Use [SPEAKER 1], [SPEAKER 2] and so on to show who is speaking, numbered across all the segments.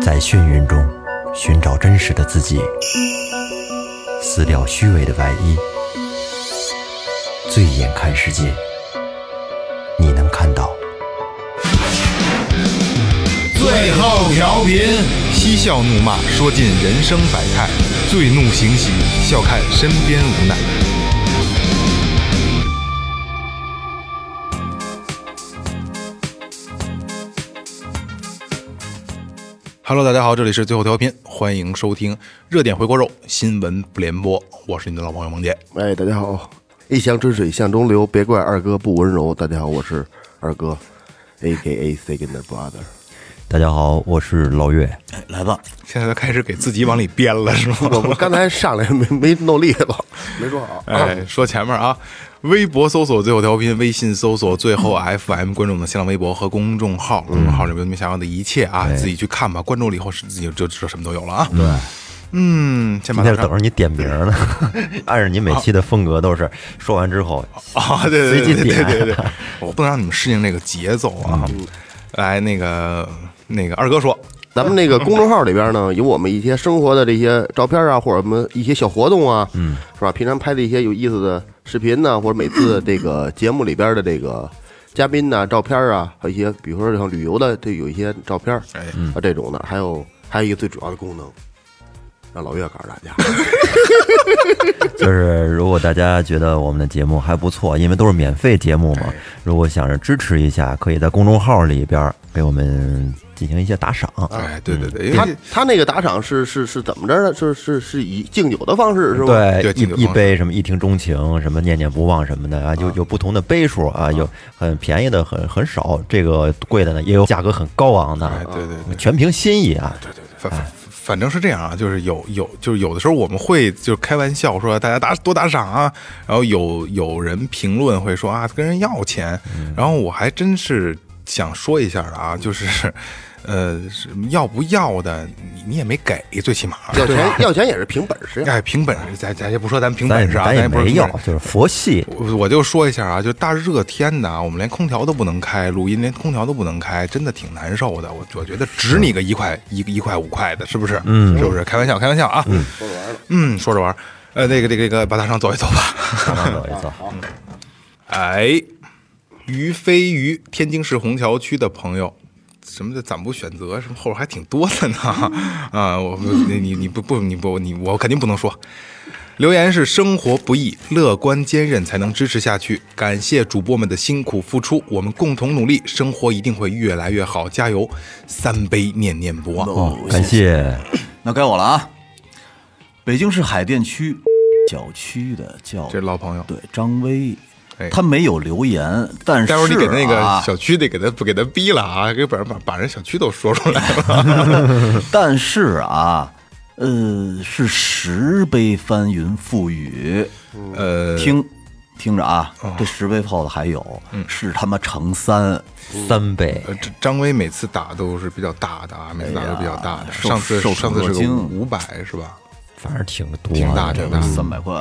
[SPEAKER 1] 在眩晕中寻找真实的自己，撕掉虚伪的外衣，醉眼看世界，你能看到。
[SPEAKER 2] 最后调频，
[SPEAKER 3] 嬉笑怒骂，说尽人生百态；醉怒行喜，笑看身边无奈。Hello，大家好，这里是最后调频，欢迎收听热点回锅肉新闻不联播，我是你的老朋友萌姐。
[SPEAKER 4] 哎，大家好！一江春水向东流，别怪二哥不温柔。大家好，我是二哥，A K A Second Brother。
[SPEAKER 1] 大家好，我是老岳。
[SPEAKER 3] 哎
[SPEAKER 2] 来吧，
[SPEAKER 3] 现在都开始给自己往里编了， 是吗？
[SPEAKER 4] 我我刚才上来没没弄利落，没说好。
[SPEAKER 1] 嗯
[SPEAKER 3] 哎，说前面啊，微博搜索最后调频，微信搜索 最后 FM，关注我们的新浪微博和公众号，
[SPEAKER 1] 嗯
[SPEAKER 3] 公众号里面有你们想要的一切啊，
[SPEAKER 1] 哎
[SPEAKER 3] 自己去看吧。关注了以后是自己就知道什么都有了啊。对，嗯，先把
[SPEAKER 1] 今
[SPEAKER 3] 它
[SPEAKER 1] 天等着你点名呢， 按照你每期的风格都是说完之后，
[SPEAKER 3] 啊，对对
[SPEAKER 1] 随
[SPEAKER 3] 对
[SPEAKER 1] 机
[SPEAKER 3] 对
[SPEAKER 1] 点嗯
[SPEAKER 3] 对对，我不能让你们适应这个节奏啊。来，那个那个二哥说，
[SPEAKER 4] 咱们那个公众号里边呢，有我们一些生活的这些照片啊，或者我们一些小活动啊，嗯，是吧？平常拍的一些有意思的视频呢、或者每次这个节目里边的这个嘉宾呐、照片啊，还有一些比如说像旅游的，这有一些照片，
[SPEAKER 3] 哎
[SPEAKER 4] 啊这种的，还有还有一个最主要的功能，让老岳告诉大家。
[SPEAKER 1] 就是如果大家觉得我们的节目还不错，因为都是免费节目
[SPEAKER 3] 哎
[SPEAKER 1] 嘛，如果想着支持一下，可以在公众号里边儿给我们进行一些打赏。
[SPEAKER 3] 哎，对对
[SPEAKER 1] 嗯
[SPEAKER 3] 对，因
[SPEAKER 4] 他
[SPEAKER 3] 为
[SPEAKER 4] 他那个打赏是是是怎么着呢？就是是是以敬酒的方式是吧？，
[SPEAKER 3] 对敬酒
[SPEAKER 1] 一一
[SPEAKER 3] 方式
[SPEAKER 1] 杯什么一听钟情，什么念念不忘什么的啊，有有不同的杯数啊，有很便宜的很很少，这个贵的呢也有价格很高昂的，
[SPEAKER 3] 哎，对对对。
[SPEAKER 1] 全凭心意啊。
[SPEAKER 3] 反反反正是这样啊，就是有有就是有的时候我们会就是开玩笑说大家打多打赏啊，然后有有人评论会说啊跟人要钱，
[SPEAKER 1] 嗯
[SPEAKER 3] 然后我还真是想说一下的啊，就是呃是要不要的你你也没给，最起码
[SPEAKER 4] 要
[SPEAKER 3] 对
[SPEAKER 4] 钱
[SPEAKER 3] 吧？
[SPEAKER 4] 要钱也是凭本事呀。
[SPEAKER 3] 哎，凭本事，咱咱也不说咱凭
[SPEAKER 1] 咱
[SPEAKER 3] 本
[SPEAKER 1] 也
[SPEAKER 3] 事啊，
[SPEAKER 1] 咱
[SPEAKER 3] 也
[SPEAKER 1] 也
[SPEAKER 3] 不是
[SPEAKER 1] 没
[SPEAKER 3] 凭
[SPEAKER 1] 有
[SPEAKER 3] 本事，
[SPEAKER 1] 就是佛 系。
[SPEAKER 3] 我我就说一下啊，就大热天的啊，我们连空调都不能开，录音连空调都不能开，真的挺难受的。我我觉得值你个一块一一块五块的，是不是？嗯，是不是？开玩笑，开玩笑啊。嗯，说着玩嗯，说着玩儿。呃，那个这个这个，把大赏走一走吧。
[SPEAKER 1] 走一走，
[SPEAKER 3] 哎，于飞鱼，天津市虹桥区的朋友。什么叫暂不选择？什么后边还挺多的呢？ 啊，我你你你不不你不你我肯定不能说。留言是生活不易，乐观坚韧才能支持下去。感谢主播们的辛苦付出，我们共同努力，生活一定会越来越好，加油！三杯念念不忘。
[SPEAKER 1] 哦，感谢
[SPEAKER 2] 那该我了啊。北京市海淀区小区的叫
[SPEAKER 3] 这是老朋友，
[SPEAKER 2] 对张威
[SPEAKER 3] 哎，
[SPEAKER 2] 他没有留言，但是
[SPEAKER 3] 待会儿你给那
[SPEAKER 2] 啊
[SPEAKER 3] 个小区得给他给他逼了啊，给把把把人小区都说出来了。
[SPEAKER 2] 但是啊，呃，是十杯翻云覆雨，
[SPEAKER 3] 呃，哦
[SPEAKER 2] 听。听着啊，这十杯泡的还有、
[SPEAKER 3] 嗯
[SPEAKER 2] 是他妈乘三，
[SPEAKER 1] 三倍，
[SPEAKER 3] 呃，这张威每次打都是比较大的啊，每次打都比较大的。
[SPEAKER 2] 哎呀受
[SPEAKER 3] 上次
[SPEAKER 2] 受宠
[SPEAKER 3] 上次是个
[SPEAKER 2] 若惊
[SPEAKER 3] 五百是吧？
[SPEAKER 1] 反正挺多的，
[SPEAKER 3] 挺大挺大。
[SPEAKER 2] 三百块，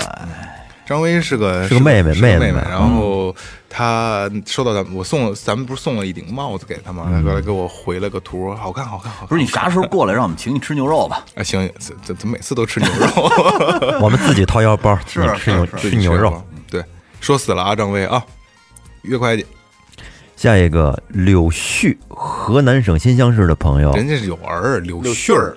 [SPEAKER 3] 张威是个
[SPEAKER 1] 是个妹妹
[SPEAKER 3] 是个妹
[SPEAKER 1] 妹嗯
[SPEAKER 3] 妹
[SPEAKER 1] 妹，
[SPEAKER 3] 然后她收到咱们我送了，咱们不是送了一顶帽子给她吗？她
[SPEAKER 1] 嗯
[SPEAKER 3] 过来给我回了个图，好看好看好看。
[SPEAKER 2] 不是你啥时候过来，让我们请你吃牛 肉吧？
[SPEAKER 3] 啊，行，怎怎怎么每次都吃牛肉？啊
[SPEAKER 1] 我们自己掏腰包，你吃牛
[SPEAKER 3] 自己
[SPEAKER 1] 吃牛肉
[SPEAKER 3] 吧。。 对，说死了啊，张威啊，岳会计，
[SPEAKER 1] 下一个柳絮，河南省新乡市的朋友，
[SPEAKER 3] 人家是有儿，柳絮儿，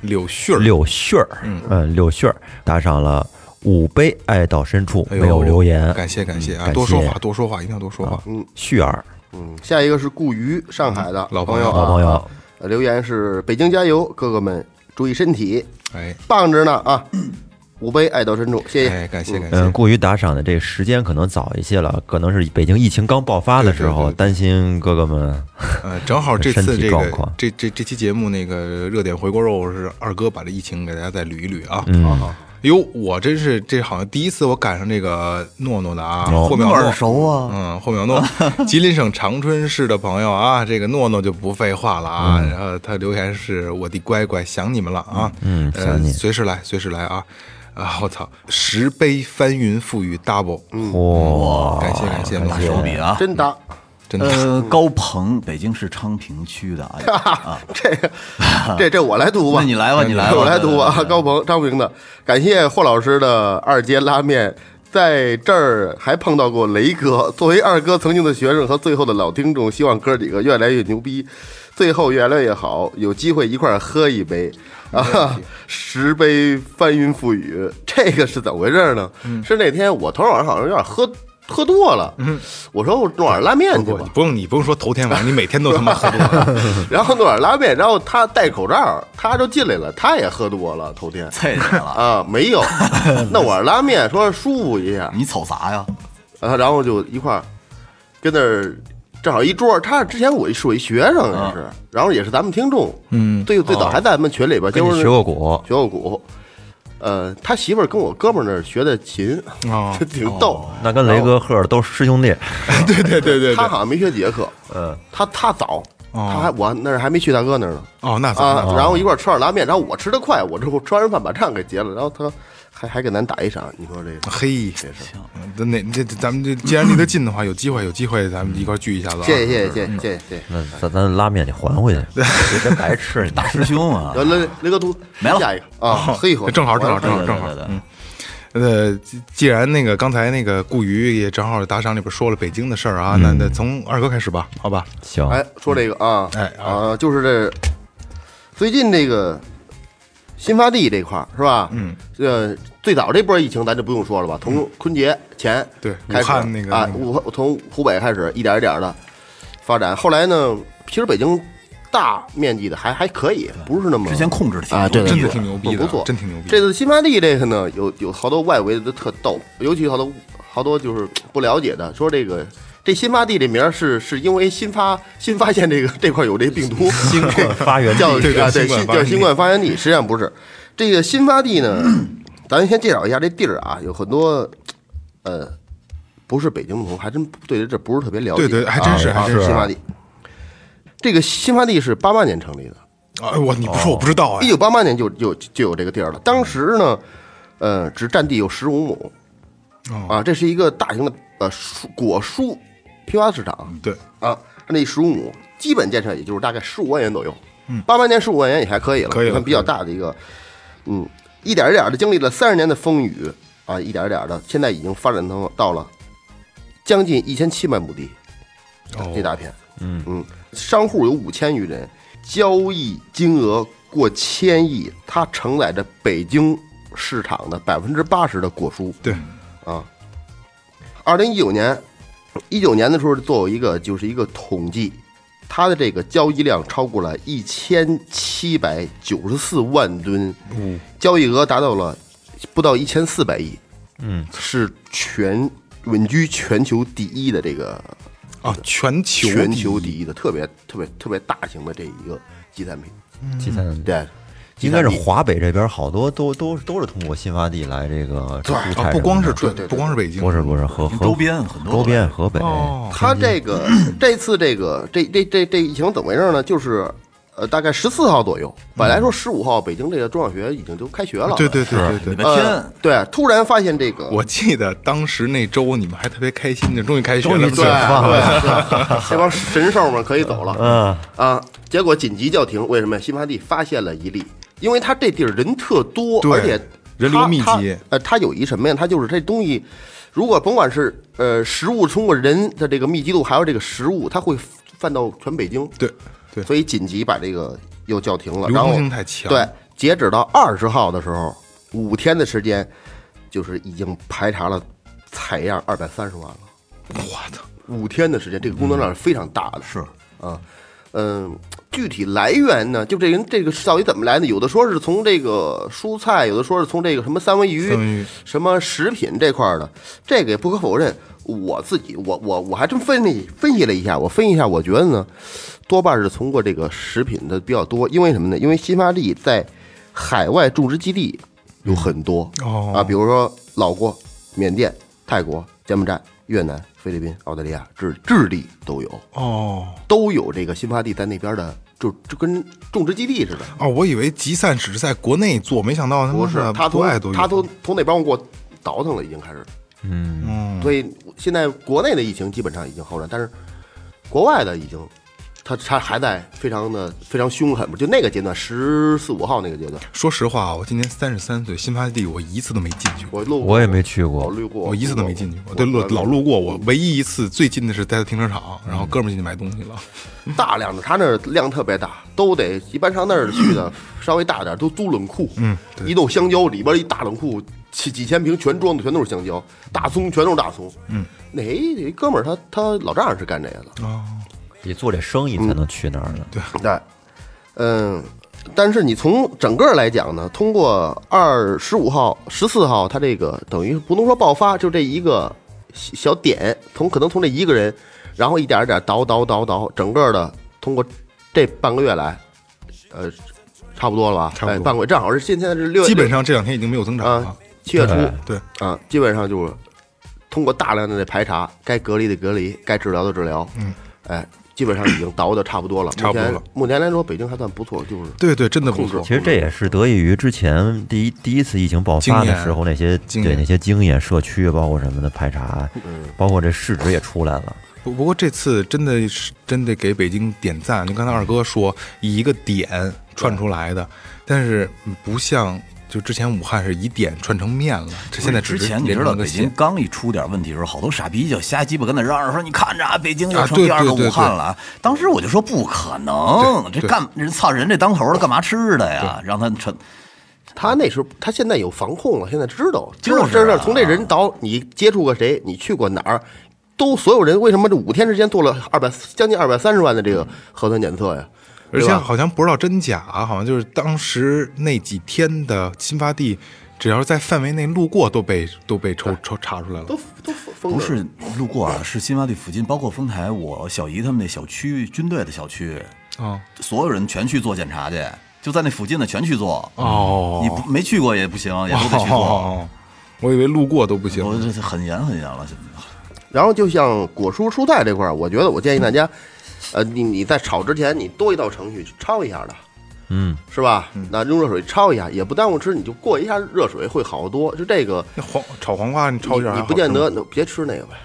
[SPEAKER 3] 柳絮儿，
[SPEAKER 1] 柳絮儿，嗯，柳絮儿打赏了五杯，爱到深处
[SPEAKER 3] 哎
[SPEAKER 1] 没有
[SPEAKER 3] 呦
[SPEAKER 1] 留言，
[SPEAKER 3] 感谢感谢
[SPEAKER 1] 嗯
[SPEAKER 3] 啊，
[SPEAKER 1] 感
[SPEAKER 3] 多说
[SPEAKER 1] 谢
[SPEAKER 3] 话多说话，一定要多说话。
[SPEAKER 1] 絮儿
[SPEAKER 4] 嗯，下一个是顾瑜，上海的
[SPEAKER 3] 嗯老朋
[SPEAKER 4] 朋
[SPEAKER 3] 友
[SPEAKER 4] 友啊，
[SPEAKER 1] 老朋友，
[SPEAKER 4] 呃留言是北京加油，哥哥们注意身体，
[SPEAKER 3] 哎
[SPEAKER 4] 棒着呢啊！五杯爱到深处，谢谢。
[SPEAKER 3] 哎，感谢感谢。
[SPEAKER 1] 嗯，过于打赏的这个时间可能早一些了，可能是北京疫情刚爆发的时
[SPEAKER 3] 对对
[SPEAKER 1] 候，
[SPEAKER 3] 对对
[SPEAKER 1] 担心哥哥们，
[SPEAKER 3] 呃，正好这
[SPEAKER 1] 身
[SPEAKER 3] 次
[SPEAKER 1] 体
[SPEAKER 3] 这
[SPEAKER 1] 状
[SPEAKER 3] 个
[SPEAKER 1] 况
[SPEAKER 3] 这这这期节目那个热点回锅肉是二哥把这疫情给大家再捋一捋啊。
[SPEAKER 1] 嗯，
[SPEAKER 3] 哟，我真是这好像第一次我赶上这个诺诺的啊，
[SPEAKER 1] 哦
[SPEAKER 3] 霍淼诺
[SPEAKER 2] 耳熟啊
[SPEAKER 3] 嗯，霍淼诺， 吉林省长春市的朋友啊，这个诺诺就不废话了啊，然后他留言是我的乖乖，想你们了啊，
[SPEAKER 1] 嗯嗯
[SPEAKER 3] 呃
[SPEAKER 1] 想，你
[SPEAKER 3] 随时来，随时来啊。啊！我操，十杯翻云覆雨 double，
[SPEAKER 1] 哇，
[SPEAKER 3] 感谢感谢，
[SPEAKER 1] 感
[SPEAKER 3] 诺
[SPEAKER 2] 大
[SPEAKER 3] 诺
[SPEAKER 2] 手笔啊！
[SPEAKER 4] 真搭，
[SPEAKER 3] 哎真的。
[SPEAKER 2] 呃，高鹏，北京市昌平区的，哎呀 啊，
[SPEAKER 4] 这个，这这我来读吧，
[SPEAKER 2] 那你来吧，你来吧，
[SPEAKER 4] 我来读吧。啊
[SPEAKER 2] 对，
[SPEAKER 4] 高鹏张平的，感谢霍老师的二阶拉面，在这儿还碰到过雷哥。作为二哥曾经的学生和最后的老听众，希望哥几个越来越牛逼，最后越来越好，有机会一块儿喝一杯。啊，十杯翻云覆雨，这个是怎么回事呢？
[SPEAKER 2] 嗯
[SPEAKER 4] 是那天我头天晚上好像有点喝喝多了，我说我弄点拉面去
[SPEAKER 3] 不
[SPEAKER 4] 吧，
[SPEAKER 3] 不用你不用说头天晚上，你每天都他妈喝多了。
[SPEAKER 4] 然后弄点拉面，然后他戴口罩，他就进来了，他也喝多了头天。
[SPEAKER 2] 啐你了，
[SPEAKER 4] 啊，没有，那我是拉面，说舒服一下，
[SPEAKER 2] 你瞅啥呀？
[SPEAKER 4] 啊，然后就一块儿跟那儿，正好一桌儿。他是之前我一是我一学生也是，然后也是咱们听众，
[SPEAKER 3] 嗯，
[SPEAKER 4] 最最早还在咱们群里边，
[SPEAKER 1] 跟
[SPEAKER 4] 就
[SPEAKER 1] 你
[SPEAKER 4] 是
[SPEAKER 1] 学过鼓，
[SPEAKER 4] 学过鼓，呃，他媳妇儿跟我哥们儿那儿学的琴，
[SPEAKER 3] 哦
[SPEAKER 4] 挺逗。
[SPEAKER 1] 那跟雷哥、赫尔都是师兄弟。
[SPEAKER 3] 对对对对
[SPEAKER 4] 他
[SPEAKER 3] 对，
[SPEAKER 4] 好像没学几节课，
[SPEAKER 1] 嗯，
[SPEAKER 4] 他他早，他还我那儿还没去大哥那儿呢。
[SPEAKER 3] 哦，那怎么
[SPEAKER 4] 啊，然后一块儿吃点拉面，然后我吃的快，我这我吃完饭把账给结了，然后他还还给咱打一赏，你说这个
[SPEAKER 3] 嘿，
[SPEAKER 4] 这事儿，
[SPEAKER 3] 那那这这咱们这既然离得近的话，有机会有机会咱们一块儿聚一下子啊。
[SPEAKER 4] 谢谢谢谢谢谢谢谢。
[SPEAKER 1] 那咱咱拉面得还回去， 别真白吃你。
[SPEAKER 2] 大师兄啊，
[SPEAKER 4] 然后雷雷哥图
[SPEAKER 2] 没了
[SPEAKER 4] 下一个啊，喝一口，
[SPEAKER 3] 正好正好
[SPEAKER 4] 完了
[SPEAKER 3] 正好正好，嗯。呃，既既然那个刚才那个顾鱼也正好打赏里边说了北京的事儿啊，那
[SPEAKER 4] 嗯
[SPEAKER 3] 那从二哥开始吧，好吧？
[SPEAKER 1] 行，
[SPEAKER 4] 哎，说这个啊，
[SPEAKER 3] 哎
[SPEAKER 4] 啊，就是这最近这个新发地这块儿是吧？嗯，呃，最早这波疫情咱就不用说了吧，从春节前
[SPEAKER 3] 嗯对
[SPEAKER 4] 开始
[SPEAKER 3] 武汉那个
[SPEAKER 4] 啊，武汉从湖北开始一点一点的发展，后来呢，其实北京大面积的还还可以，不是那么
[SPEAKER 2] 之前控制的挺
[SPEAKER 4] 啊，
[SPEAKER 2] 多
[SPEAKER 4] 对
[SPEAKER 2] 的
[SPEAKER 4] 对
[SPEAKER 3] 真
[SPEAKER 4] 对
[SPEAKER 3] 的挺牛逼的
[SPEAKER 4] 不错，
[SPEAKER 3] 真挺牛逼的
[SPEAKER 4] 这次新发地这个呢，有有好多外围的特逗，尤其好多好多就是不了解的，说这个。这新发地这名儿是是因为新发新发现这个这块有这病毒，新
[SPEAKER 1] 冠发源地
[SPEAKER 4] 叫
[SPEAKER 3] 对对
[SPEAKER 4] 啊
[SPEAKER 3] 新
[SPEAKER 4] 对
[SPEAKER 3] 冠发
[SPEAKER 4] 新
[SPEAKER 3] 源
[SPEAKER 4] 叫
[SPEAKER 3] 地
[SPEAKER 4] 新冠发源地，实际上不是。这个新发地呢，咱先介绍一下这地儿啊，有很多呃，不是北京的朋友还真对这地儿不是特别了解，
[SPEAKER 3] 对对还真是
[SPEAKER 4] 啊
[SPEAKER 3] 还真是
[SPEAKER 4] 新发地。这个新发地是八八年成立的，
[SPEAKER 3] 啊，我你不说我不知道
[SPEAKER 4] 一
[SPEAKER 3] 哎，
[SPEAKER 4] 九八八年就就就有这个地儿了。当时呢，呃，只占地有十五亩，
[SPEAKER 3] 哦，
[SPEAKER 4] 啊，这是一个大型的呃蔬果蔬批发市场
[SPEAKER 3] 对，
[SPEAKER 4] 啊，那十五亩基本建设也就是大概十五万元左右，八八年十五万元也还可以
[SPEAKER 3] 嗯
[SPEAKER 4] 了，
[SPEAKER 3] 可以了
[SPEAKER 4] 算比较大的一个，嗯，一点一点的经历了三十年的风雨啊，一点一点的，现在已经发展到到了将近一千七百亩地，
[SPEAKER 3] 哦
[SPEAKER 4] 这大片，嗯嗯，商户有五千余人，交易金额过千亿，它承载着北京市场的百分之八十的果蔬。
[SPEAKER 3] 对，
[SPEAKER 4] 啊，二零一九年，一九年的时候做有一个就是一个统计，它的这个交易量超过了一千七百九十四万吨，交易额达到了不到一千四百亿，嗯，是全稳居全球第一的这个
[SPEAKER 3] 啊，全球
[SPEAKER 4] 全
[SPEAKER 3] 第一
[SPEAKER 4] 球第一的特别特别特别大型的这一个集散品，
[SPEAKER 1] 第三
[SPEAKER 4] 对，
[SPEAKER 1] 应该是
[SPEAKER 4] 集散地
[SPEAKER 1] 华北这边好多都都都是通过新发地来这个出差什么
[SPEAKER 3] 啊，
[SPEAKER 1] 的，
[SPEAKER 3] 不光是
[SPEAKER 4] 对对对
[SPEAKER 3] 不光是北京，
[SPEAKER 1] 不是不是河
[SPEAKER 2] 因为
[SPEAKER 1] 河
[SPEAKER 2] 周边很多都
[SPEAKER 1] 周边河北，
[SPEAKER 3] 啊哦
[SPEAKER 4] 他这 个这次这个这这这这疫情怎么回事呢？就是呃，大概十四号左右，本来说十五号北京这个中小学已经就开学了，
[SPEAKER 3] 对对对对对
[SPEAKER 2] 礼。拜
[SPEAKER 4] 呃
[SPEAKER 2] 天，
[SPEAKER 4] 对，突然发现这个
[SPEAKER 3] 我记得当时那周你们还特别开心呢，终于开学了，
[SPEAKER 4] 对对，对这帮神兽们可以走了，
[SPEAKER 1] 嗯，
[SPEAKER 4] 啊，结果紧急叫停，为什么呀？新发地发现了一例，因为它这地儿人特多，
[SPEAKER 3] 对
[SPEAKER 4] 而且
[SPEAKER 3] 人
[SPEAKER 4] 它
[SPEAKER 3] 流密集
[SPEAKER 4] 它呃，它有一什么呀？它就是这东西，如果甭管是呃食物通过人的这个密集度，还有这个食物，它会泛到全北京。
[SPEAKER 3] 对对，
[SPEAKER 4] 所以紧急把这个又叫停了。
[SPEAKER 3] 流
[SPEAKER 4] 然后
[SPEAKER 3] 动性太强
[SPEAKER 4] 对，截止到二十号的时候，五天的时间，就是已经排查了采样二百三十万了。
[SPEAKER 3] 我操，
[SPEAKER 4] 五天的时间，这个工作量是非常大的。是啊，嗯，具体来源呢，就这人这个到底怎么来呢？有的说是从这个蔬菜，有的说是从这个什么三文鱼、
[SPEAKER 3] 三文鱼
[SPEAKER 4] 什么食品这块儿的，这个也不可否认。我自己，我我我还真分析分析了一下，我分析一下，我觉得呢，多半是通过这个食品的比较多，因为什么呢？因为新发地在海外种植基地有很多、
[SPEAKER 3] 哦
[SPEAKER 4] 啊，比如说老挝、缅甸、泰国、柬埔寨、越南、菲律宾、澳大利亚、智智利都有，
[SPEAKER 3] 哦
[SPEAKER 4] 都有这个新发地在那边的，就就跟种植基地似的。
[SPEAKER 3] 哦，我以为集散只是在国内做，没想到他
[SPEAKER 4] 不
[SPEAKER 3] 们
[SPEAKER 4] 是，
[SPEAKER 3] 国
[SPEAKER 4] 他从
[SPEAKER 3] 外都有
[SPEAKER 4] 他从从那帮给我倒腾了，已经开始。
[SPEAKER 3] 嗯
[SPEAKER 4] 所以现在国内的疫情基本上已经好转，但是国外的已经，他他还在非常的非常凶狠，就那个阶段十四五号那个阶段，
[SPEAKER 3] 说实话啊，我今年三十三岁，新发地我一次都没进去过，
[SPEAKER 4] 我路过
[SPEAKER 1] 我也没去
[SPEAKER 4] 老
[SPEAKER 1] 过，
[SPEAKER 4] 路过，
[SPEAKER 3] 我一次都没进去过。
[SPEAKER 4] 我
[SPEAKER 3] 对，路
[SPEAKER 4] 我嗯
[SPEAKER 3] 老路过，我唯一一次最近的是待在停车场，然后哥们儿进去买东西了。
[SPEAKER 4] 大量的，他那儿量特别大，都得一般上那儿去的稍微大点儿都租冷库，嗯，一兜香蕉里边一大冷库，几几千瓶全装的全都是香蕉，大葱全都是大葱，嗯，哪哪哥们儿他他老丈人是干这个的，
[SPEAKER 1] 得做这生意才能去那儿呢。
[SPEAKER 4] 对，哎嗯，但是你从整个来讲呢，通过二十五号、十四号，他这个等于不能说爆发，就这一个小小点，从可能从这一个人，然后一点一点倒倒倒倒，整个的通过这半个月来，呃，差不多了吧？
[SPEAKER 3] 差不多
[SPEAKER 4] 哎，半个月正好是现现在是六月，
[SPEAKER 3] 基本上这两天已经没有增长了
[SPEAKER 4] 啊。七月初
[SPEAKER 1] 对
[SPEAKER 3] 对，
[SPEAKER 4] 啊，基本上就是通过大量的这排查，该隔离的隔离，该治疗的治疗，嗯，哎。基本上已经倒的差不多了，
[SPEAKER 3] 差不多
[SPEAKER 4] 目前
[SPEAKER 3] 了
[SPEAKER 4] 目前来说，北京还算不错，就是
[SPEAKER 3] 对对，真的不
[SPEAKER 4] 控制
[SPEAKER 3] 错。
[SPEAKER 1] 其实这也是得益于之前第一第一次疫情爆发
[SPEAKER 3] 经
[SPEAKER 1] 的
[SPEAKER 3] 验
[SPEAKER 1] 时候那些
[SPEAKER 3] 经
[SPEAKER 1] 对
[SPEAKER 3] 验嗯
[SPEAKER 1] 那些经验、社区啊包括什么的排查，啊包括这市值也出来了。
[SPEAKER 3] 不不过这次真的是真得给北京点赞，就刚才二哥说以一个点串出来的，但是不像就之前武汉是以点串成面了，这现在只
[SPEAKER 2] 之
[SPEAKER 3] 是
[SPEAKER 2] 前你
[SPEAKER 3] 连成
[SPEAKER 2] 知道
[SPEAKER 3] 了个
[SPEAKER 2] 北京
[SPEAKER 3] 线
[SPEAKER 2] 刚一出点问题的时候，好多傻逼就瞎鸡巴跟那嚷嚷说：“你看着啊，北京又
[SPEAKER 3] 啊
[SPEAKER 2] 成
[SPEAKER 3] 对
[SPEAKER 2] 第二
[SPEAKER 3] 对
[SPEAKER 2] 个
[SPEAKER 3] 对
[SPEAKER 2] 武汉了。”啊当时我就说不可能，
[SPEAKER 3] 对
[SPEAKER 2] 这
[SPEAKER 3] 对
[SPEAKER 2] 干人操人这当头的干嘛吃的呀？让他成
[SPEAKER 4] 他那时候，他现在有防控了，现在知道，
[SPEAKER 2] 就是
[SPEAKER 4] 知道
[SPEAKER 2] 啊
[SPEAKER 4] 这事儿从这人到你接触过谁，你去过哪儿，都所有人为什么这五天之间做了二百将近二百三十万的这个核酸检测呀？
[SPEAKER 3] 而且
[SPEAKER 4] 对吧
[SPEAKER 3] 好像不知道真假，好像就是当时那几天的新发地，只要是在范围内路过都被都被抽抽查出来了
[SPEAKER 4] 都。都封着
[SPEAKER 2] 不是路过啊，是新发地附近，包括丰台，我小姨他们那小区，军队的小区，
[SPEAKER 3] 啊
[SPEAKER 2] 所有人全去做检查去，就在那附近的全去做。
[SPEAKER 3] 哦
[SPEAKER 2] 你不没去过也不行，也都得去做。
[SPEAKER 3] 哦，我以为路过都不行。
[SPEAKER 2] 我这是很严很严了，现在。
[SPEAKER 4] 然后就像果蔬蔬菜这块儿，我觉得我建议大家，呃，你你在炒之前，你多一道程序焯一下的，
[SPEAKER 1] 嗯，
[SPEAKER 4] 是吧？那用热水焯一下，也不耽误吃，你就过一下热水会好得多。就这个，
[SPEAKER 3] 那黄炒黄瓜，你炒点
[SPEAKER 4] 你不见得别吃那个呗，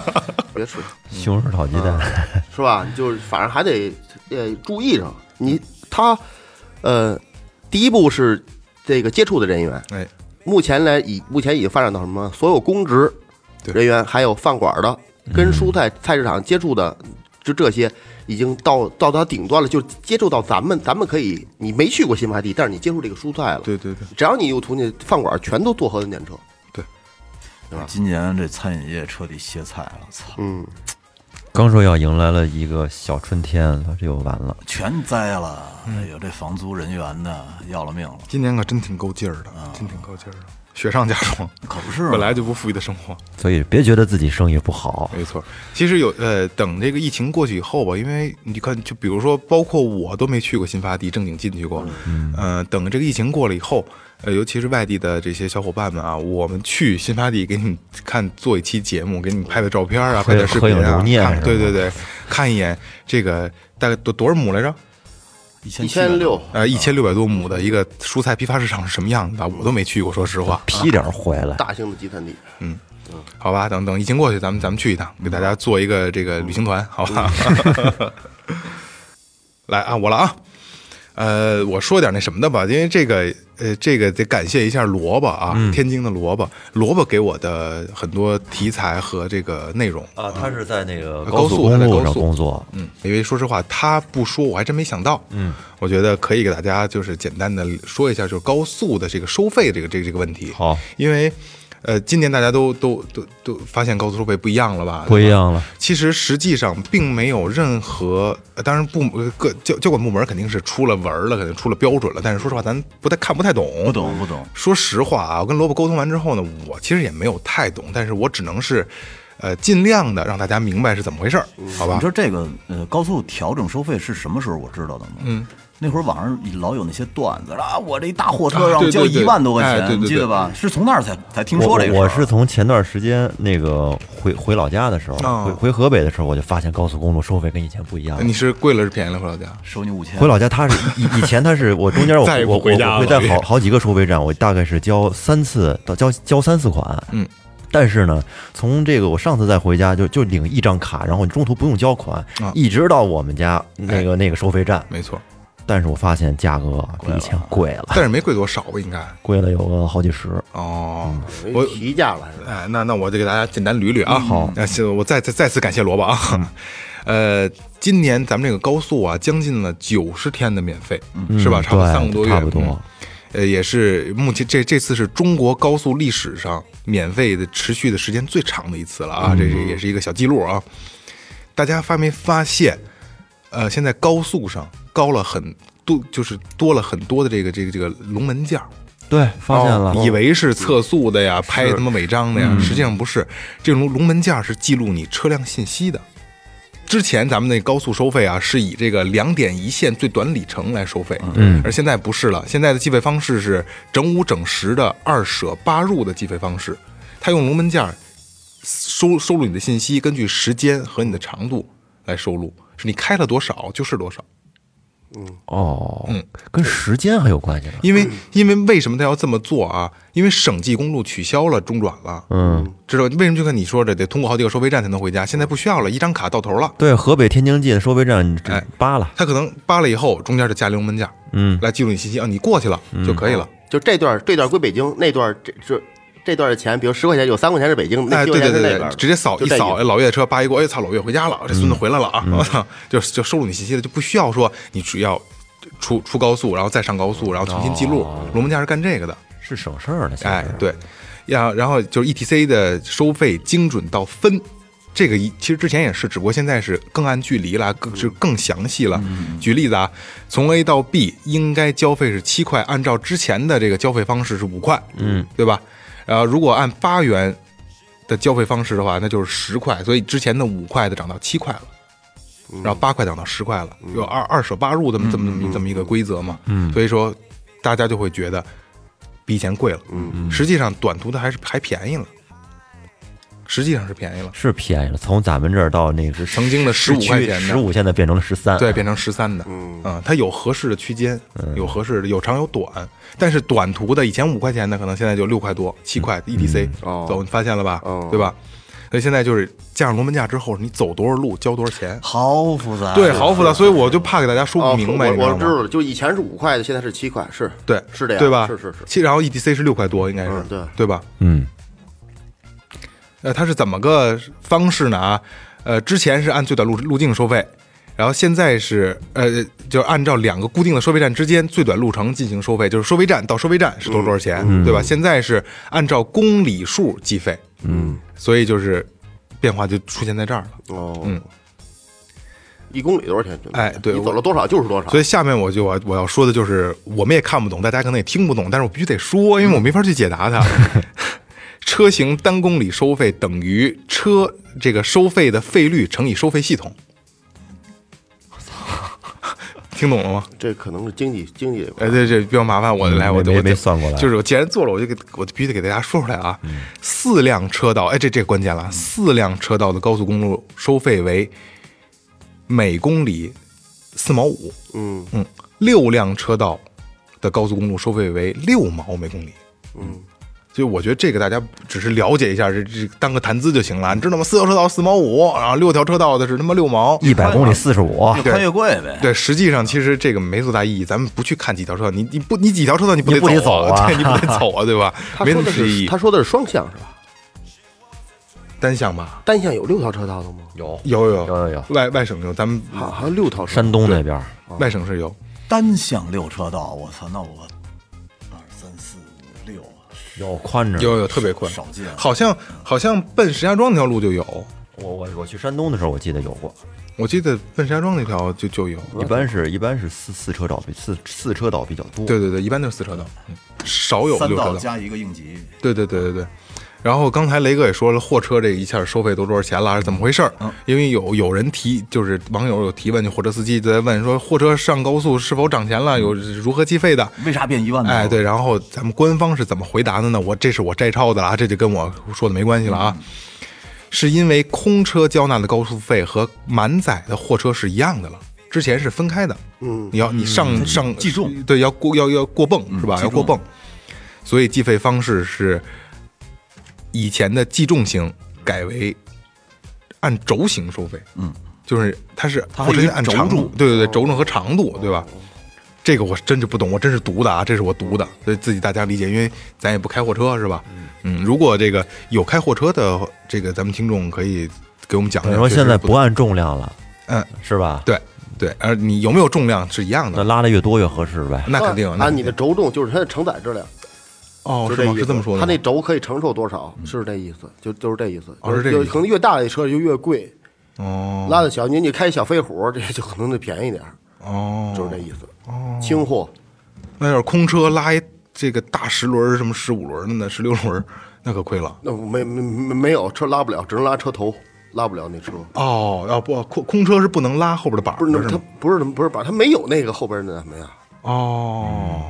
[SPEAKER 4] 别吃。
[SPEAKER 3] 嗯
[SPEAKER 1] 西红柿炒鸡蛋，
[SPEAKER 4] 是吧？就是反正还得呃注意上你他，呃，第一步是这个接触的人员，
[SPEAKER 3] 哎，
[SPEAKER 4] 目前来已目前已经发展到什么？所有公职
[SPEAKER 3] 对嗯
[SPEAKER 4] 人员还有饭馆的跟蔬菜菜市场接触的，就这些已经到到达顶端了，就接触到咱们咱们可以你没去过新发地，但是你接触这个蔬菜了，
[SPEAKER 3] 对对对，
[SPEAKER 4] 只要你有途径，饭馆全都做核酸检测，
[SPEAKER 2] 今年这餐饮业彻底歇菜了，操，
[SPEAKER 4] 嗯，
[SPEAKER 1] 刚说要迎来了一个小春天了，这又完了。
[SPEAKER 2] 全栽了。
[SPEAKER 3] 嗯
[SPEAKER 2] 哎呦，这房租人员的要了命了，
[SPEAKER 3] 今年可真挺够劲儿的，真挺够劲儿的，雪上加霜。
[SPEAKER 2] 可不是吗
[SPEAKER 3] 本来就不富裕的生活，
[SPEAKER 1] 所以别觉得自己生意不好，
[SPEAKER 3] 没错。其实有呃，等这个疫情过去以后吧，因为你看，就比如说，包括我都没去过新发地正经进去过，嗯、呃，等这个疫情过了以后，呃，尤其是外地的这些小伙伴们啊，我们去新发地给你看做一期节目，给你拍拍照片啊，
[SPEAKER 1] 合
[SPEAKER 3] 拍点视频
[SPEAKER 1] 合影
[SPEAKER 3] 啊，
[SPEAKER 1] 留念
[SPEAKER 3] 看
[SPEAKER 1] 是吧
[SPEAKER 3] 对对对，看一眼这个大概多多少亩来着？
[SPEAKER 2] 一千
[SPEAKER 4] 一千六，
[SPEAKER 3] 呃，一千六百多亩的一个蔬菜批发市场是什么样子的？我都没去过，说实话。
[SPEAKER 1] 批点儿回来。
[SPEAKER 4] 大型的集散地，
[SPEAKER 3] 好吧，等等疫情过去，咱们咱们去一趟，给大家做一个这个旅
[SPEAKER 1] 嗯
[SPEAKER 3] 行团，好吧？ 来啊，我了啊。呃，我说点那什么的吧，因为这个，呃，这个得感谢一下萝卜啊，
[SPEAKER 1] 嗯
[SPEAKER 3] 天津的萝卜，萝卜给我的很多题材和这个内容呃
[SPEAKER 1] 啊，他是在那个
[SPEAKER 3] 高
[SPEAKER 1] 高
[SPEAKER 3] 速
[SPEAKER 1] 速公路
[SPEAKER 3] 他在高
[SPEAKER 1] 上
[SPEAKER 3] 速
[SPEAKER 1] 工作，
[SPEAKER 3] 嗯，因为说实话，他不说我还真没想到。嗯，我觉得可以给大家就是简单的说一下，就是高速的这个收费这个这个这个问题。
[SPEAKER 1] 好，
[SPEAKER 3] 因为呃，今年大家都都都都发现高速收费不一样了吧？
[SPEAKER 1] 不一样了。
[SPEAKER 3] 其实实际上并没有任何，呃当然部呃各交交管部门肯定是出了文儿了，肯定出了标准了，但是说实话，咱不太看不太懂，
[SPEAKER 2] 不懂不懂，
[SPEAKER 3] 说实话啊，我跟萝卜沟通完之后呢，我其实也没有太懂，但是我只能是，呃，尽量的让大家明白是怎么回事儿，好吧
[SPEAKER 2] 你知？道这个呃高速调整收费是什么时候我知道的吗？嗯，那会儿网上老有那些段子啊，我这一大货车
[SPEAKER 3] 啊
[SPEAKER 2] 让我
[SPEAKER 3] 对
[SPEAKER 2] 交
[SPEAKER 3] 对对
[SPEAKER 2] 一万多块
[SPEAKER 3] 哎
[SPEAKER 2] 钱，
[SPEAKER 3] 对对
[SPEAKER 2] 你记
[SPEAKER 3] 对
[SPEAKER 2] 得吧？是从那儿才才听说
[SPEAKER 1] 我
[SPEAKER 2] 这个事儿
[SPEAKER 1] 我是从前段时间那个回回老家的时候，
[SPEAKER 3] 啊
[SPEAKER 1] 回回河北的时候，我就发现高速公路收费跟以前不一样了。
[SPEAKER 3] 你是贵了是便宜了回老家？
[SPEAKER 2] 收你五千
[SPEAKER 1] 回，老家他是以以前他是我中间我
[SPEAKER 3] 再也不
[SPEAKER 1] 我我
[SPEAKER 3] 回家了
[SPEAKER 1] 我会在好好几个收费站，我大概是交三次到交交三次款，
[SPEAKER 3] 嗯，
[SPEAKER 1] 但是呢，从这个我上次再回家就就领一张卡，然后你中途不用交款，
[SPEAKER 3] 啊哎
[SPEAKER 1] 一直到我们家那个那个收费站。
[SPEAKER 3] 没错，
[SPEAKER 1] 但是我发现价格比以前贵了，
[SPEAKER 3] 但是没贵多少吧，应该
[SPEAKER 1] 贵了有个好几十。
[SPEAKER 3] 哦。我
[SPEAKER 2] 嗯
[SPEAKER 4] 我提价了，是吧
[SPEAKER 3] 哎，那那我就给大家简单捋捋啊。
[SPEAKER 1] 嗯
[SPEAKER 3] 好，那行我再再再次感谢萝卜啊。 呃，今年咱们这个高速啊，将近了九十天的免费，是吧？
[SPEAKER 1] 嗯
[SPEAKER 3] 差不多
[SPEAKER 1] 对
[SPEAKER 3] 三个多月，
[SPEAKER 1] 差不多
[SPEAKER 3] 嗯呃，也是目前这这次是中国高速历史上免费的持续的时间最长的一次了
[SPEAKER 1] 嗯
[SPEAKER 3] 啊，这是也是一个小记录啊。大家发没发现？呃，现在高速上高了很多，就是多了很多的这个这个这个龙门架儿。
[SPEAKER 1] 对，发现了，
[SPEAKER 3] 哦
[SPEAKER 1] 嗯
[SPEAKER 3] 以为是测速的呀，拍他妈违章的呀，实际上不是。这龙龙门架是记录你车辆信息的。之前咱们那高速收费啊，是以这个两点一线最短里程来收费，嗯，而现在不是了，现在的计费方式是整五整十的二舍八入的计费方式，它用龙门架收收录你的信息，根据时间和你的长度来收录，是你开了多少就是多少。
[SPEAKER 1] 哦，
[SPEAKER 3] 嗯
[SPEAKER 1] 跟时间还有关系呢。
[SPEAKER 3] 因为因为为什么他要这么做啊？因为省际公路取消了中转了，嗯，知道为什么？就跟你说的，得通过好几个收费站才能回家，现在不需要了，一张卡到头了。
[SPEAKER 1] 对，河北天津近收费站这
[SPEAKER 3] 哎
[SPEAKER 1] 扒了，
[SPEAKER 3] 他可能扒了以后，中间就加了一个龙门架，嗯，来记录你信息啊，你过去了就可以了。
[SPEAKER 4] 就这段儿这段儿归北京，那段儿这这这段儿的钱，比如十块钱有三块钱是北京，那
[SPEAKER 3] 哎，
[SPEAKER 4] 七
[SPEAKER 3] 对对
[SPEAKER 4] 块钱是那
[SPEAKER 3] 对
[SPEAKER 4] 边
[SPEAKER 3] 对
[SPEAKER 4] 儿，，
[SPEAKER 3] 直接扫
[SPEAKER 4] 就
[SPEAKER 3] 一
[SPEAKER 4] 这
[SPEAKER 3] 扫，
[SPEAKER 4] 意
[SPEAKER 3] 哎
[SPEAKER 4] 思
[SPEAKER 3] 老岳的车扒一过，哎操，老岳回家了，这孙子回来了啊！我操， 就就收录你信息了，就不需要说你只要出出高速，然后再上高速，然后重新记录。龙门架是干这个的，
[SPEAKER 1] 是省事儿了。其实
[SPEAKER 3] 哎，，对，呀，然后就是 E T C 的收费精准到分，这个一其实之前也是，只不过现在是更按距离啦，更是更详细了。举例子啊，从 A 到 B 应该交费是七块，按照之前的这个交费方式是五块，嗯，对吧？然后如果按八元的交费方式的话，那就是十块，所以之前的五块的涨到七块了。然后八块涨到十块了，有二二舍八入这么这么这么这么一个规则嘛，所以说大家就会觉得比以前贵了，嗯，实际上短途的还是还便宜了，实际上是便宜了，
[SPEAKER 1] 是便宜了，从咱们这儿到那个
[SPEAKER 3] 曾经的15块钱的
[SPEAKER 1] 十五现在变成了十三。
[SPEAKER 3] 对，变成十三的，嗯，它有合适的区间，有合适的，有长有短，但是短途的以前五块钱的，可能现在就六块多、七块 ETC
[SPEAKER 4] 哦
[SPEAKER 3] 走，你发现了吧
[SPEAKER 4] 哦，
[SPEAKER 3] 对吧？所以现在就是加上龙门架之后，你走多少路交多少钱，
[SPEAKER 2] 好复杂，
[SPEAKER 3] 对，好复杂，所以我就怕给大家说
[SPEAKER 4] 哦，
[SPEAKER 3] 不明白，
[SPEAKER 4] 我
[SPEAKER 3] 你知道
[SPEAKER 4] 我知
[SPEAKER 3] 吗？
[SPEAKER 4] 道了，就以前是五块的，现在是七块，是
[SPEAKER 3] 对，
[SPEAKER 4] 是这样，
[SPEAKER 3] 对吧？
[SPEAKER 4] 是是是，
[SPEAKER 3] 其然后 ETC 是六块多，应该是
[SPEAKER 4] 嗯对
[SPEAKER 3] 对吧？
[SPEAKER 1] 嗯，
[SPEAKER 3] 呃，它是怎么个方式呢？啊，呃，之前是按最短路路径收费，然后现在是呃，就按照两个固定的收费站之间最短路程进行收费，就是收费站到收费站
[SPEAKER 4] 嗯
[SPEAKER 3] 是多多少钱，对吧？现在是按照公里数计费，嗯，所以就是变化就出现在这儿了。
[SPEAKER 4] 哦，
[SPEAKER 3] 嗯
[SPEAKER 4] 一公里多少钱？
[SPEAKER 3] 哎对
[SPEAKER 4] 你走了多少就是多少，
[SPEAKER 3] 所以下面我就我我要说的就是，我们也看不懂，大家可能也听不懂，但是我必须得说，因为我没法去解 答它。车型单公里收费等于车这个收费的费率乘以收费 系统。听懂了吗？
[SPEAKER 4] 这可能是经济经济这块
[SPEAKER 3] 哎，对，这比较麻烦，我来，
[SPEAKER 1] 没
[SPEAKER 3] 我
[SPEAKER 1] 嗯
[SPEAKER 3] 就
[SPEAKER 1] 没
[SPEAKER 3] 我就
[SPEAKER 1] 没算过来嗯
[SPEAKER 3] 就是我既然做了，我就给我就必须得给大家说出来啊。四辆车道，哎，这这关键了，四辆车道的高速公路收费为每公里四毛五，
[SPEAKER 4] 嗯
[SPEAKER 3] 嗯，六辆车道的高速公路收费为六毛每公里。
[SPEAKER 4] 嗯，
[SPEAKER 3] 所以我觉得这个大家只是了解一下，这这当个谈资就行了。你知道吗？四条车道四毛五，然后六条车道的是他妈六毛。
[SPEAKER 1] 一百公里四十五，
[SPEAKER 2] 越宽越贵呗。
[SPEAKER 3] 对，实际上其实这个没多大意义，咱们不去看几条车道，你你不你几条车道你不
[SPEAKER 1] 你不得
[SPEAKER 3] 走
[SPEAKER 1] 走啊
[SPEAKER 3] 对，你不得走啊，对吧？
[SPEAKER 4] 他
[SPEAKER 3] 没
[SPEAKER 4] 说
[SPEAKER 3] 那么
[SPEAKER 4] 的
[SPEAKER 3] 实意
[SPEAKER 4] 是
[SPEAKER 3] 义
[SPEAKER 4] 他。说的是双向是吧？
[SPEAKER 3] 单向吧，
[SPEAKER 4] 单向有六条车道的吗？
[SPEAKER 1] 有
[SPEAKER 3] 有有
[SPEAKER 1] 有有有
[SPEAKER 3] 外外省有，咱们
[SPEAKER 4] 好，还有六条车道
[SPEAKER 1] 山东那边儿
[SPEAKER 3] 外省是有。
[SPEAKER 2] 单向六车道，我操，那我二三四五六啊
[SPEAKER 1] 有宽着呢。
[SPEAKER 3] 有有特别宽，
[SPEAKER 2] 少见
[SPEAKER 3] 好像好像奔石家庄那条路就有，
[SPEAKER 1] 我我我去山东的时候，我记得有过，
[SPEAKER 3] 我记得奔石家庄那条就就有。
[SPEAKER 1] 一般是一般是四四车道比四四车道比较多。
[SPEAKER 3] 对对对，一般都是四车道，嗯少有
[SPEAKER 2] 三
[SPEAKER 3] 六
[SPEAKER 2] 道
[SPEAKER 3] 车道。
[SPEAKER 2] 加一个应急，
[SPEAKER 3] 对对对对对。然后刚才雷哥也说了，货车这一下收费都多少钱了，是怎么回事儿？
[SPEAKER 2] 嗯
[SPEAKER 3] 因为有有人提，就是网友有提问，就货车司机在问说，货车上高速是否涨钱了，有如何计费的？
[SPEAKER 2] 为啥变一万呢？
[SPEAKER 3] 哎，对，，然后咱们官方是怎么回答的呢？我这是我摘抄的了啊，这就跟我说的没关系了
[SPEAKER 2] 嗯
[SPEAKER 3] 啊。是因为空车交纳的高速费和满载的货车是一样的了，之前是分开的。嗯，你要你上、上
[SPEAKER 2] 计重，嗯
[SPEAKER 3] 对，要过要要过泵是吧？
[SPEAKER 2] 计
[SPEAKER 3] 要过
[SPEAKER 2] 重
[SPEAKER 3] 泵，所以计费方式是以前的计重型改为按轴型收费，嗯，就是它是
[SPEAKER 2] 它还
[SPEAKER 3] 或者
[SPEAKER 2] 有一
[SPEAKER 3] 按
[SPEAKER 2] 轴
[SPEAKER 3] 长
[SPEAKER 2] 重
[SPEAKER 3] 度，对对对，轴重和长度，对吧？这个我真是不懂，我真是读的啊，这是我读的，所以自己大家理解，因为咱也不开货车是吧？嗯，如果这个有开货车的这个咱们听众可以给我们讲
[SPEAKER 1] 等
[SPEAKER 3] 讲，
[SPEAKER 1] 于说
[SPEAKER 3] 确实
[SPEAKER 1] 现在
[SPEAKER 3] 不
[SPEAKER 1] 不按重量了，
[SPEAKER 3] 嗯，
[SPEAKER 1] 是吧？
[SPEAKER 3] 对对，而你有没有重量是一样
[SPEAKER 1] 那
[SPEAKER 3] 的，
[SPEAKER 1] 拉的越多越合适呗。
[SPEAKER 3] 那肯定
[SPEAKER 4] 按啊你
[SPEAKER 3] 肯
[SPEAKER 4] 的
[SPEAKER 3] 定
[SPEAKER 4] 轴重就是它的承载质量，
[SPEAKER 3] 哦
[SPEAKER 4] 就是这
[SPEAKER 3] 吗
[SPEAKER 4] 意？思
[SPEAKER 3] 是这么说的吗，嗯
[SPEAKER 4] 它那轴可以承受多少，是这意思，就就是这意思。
[SPEAKER 3] 哦是这
[SPEAKER 4] 就
[SPEAKER 3] 个意思
[SPEAKER 4] 可能越大的车就越贵，
[SPEAKER 3] 哦
[SPEAKER 4] 拉的小，你你开小飞虎这就可能就便宜点儿，
[SPEAKER 3] 哦，
[SPEAKER 4] 就是这意思。轻货，
[SPEAKER 3] 那要是空车拉一这个大十轮儿什么十五轮儿的呢，十六轮儿，那可亏了。
[SPEAKER 4] 那没没没没有车拉不了，只能拉车头，拉不了那车。
[SPEAKER 3] 哦，要不空空车是不能拉后边的把儿
[SPEAKER 4] 不是，那
[SPEAKER 3] 的，是
[SPEAKER 4] 它
[SPEAKER 3] 吗？
[SPEAKER 4] 不是不是把它没有那个后边那什么呀？
[SPEAKER 3] 哦，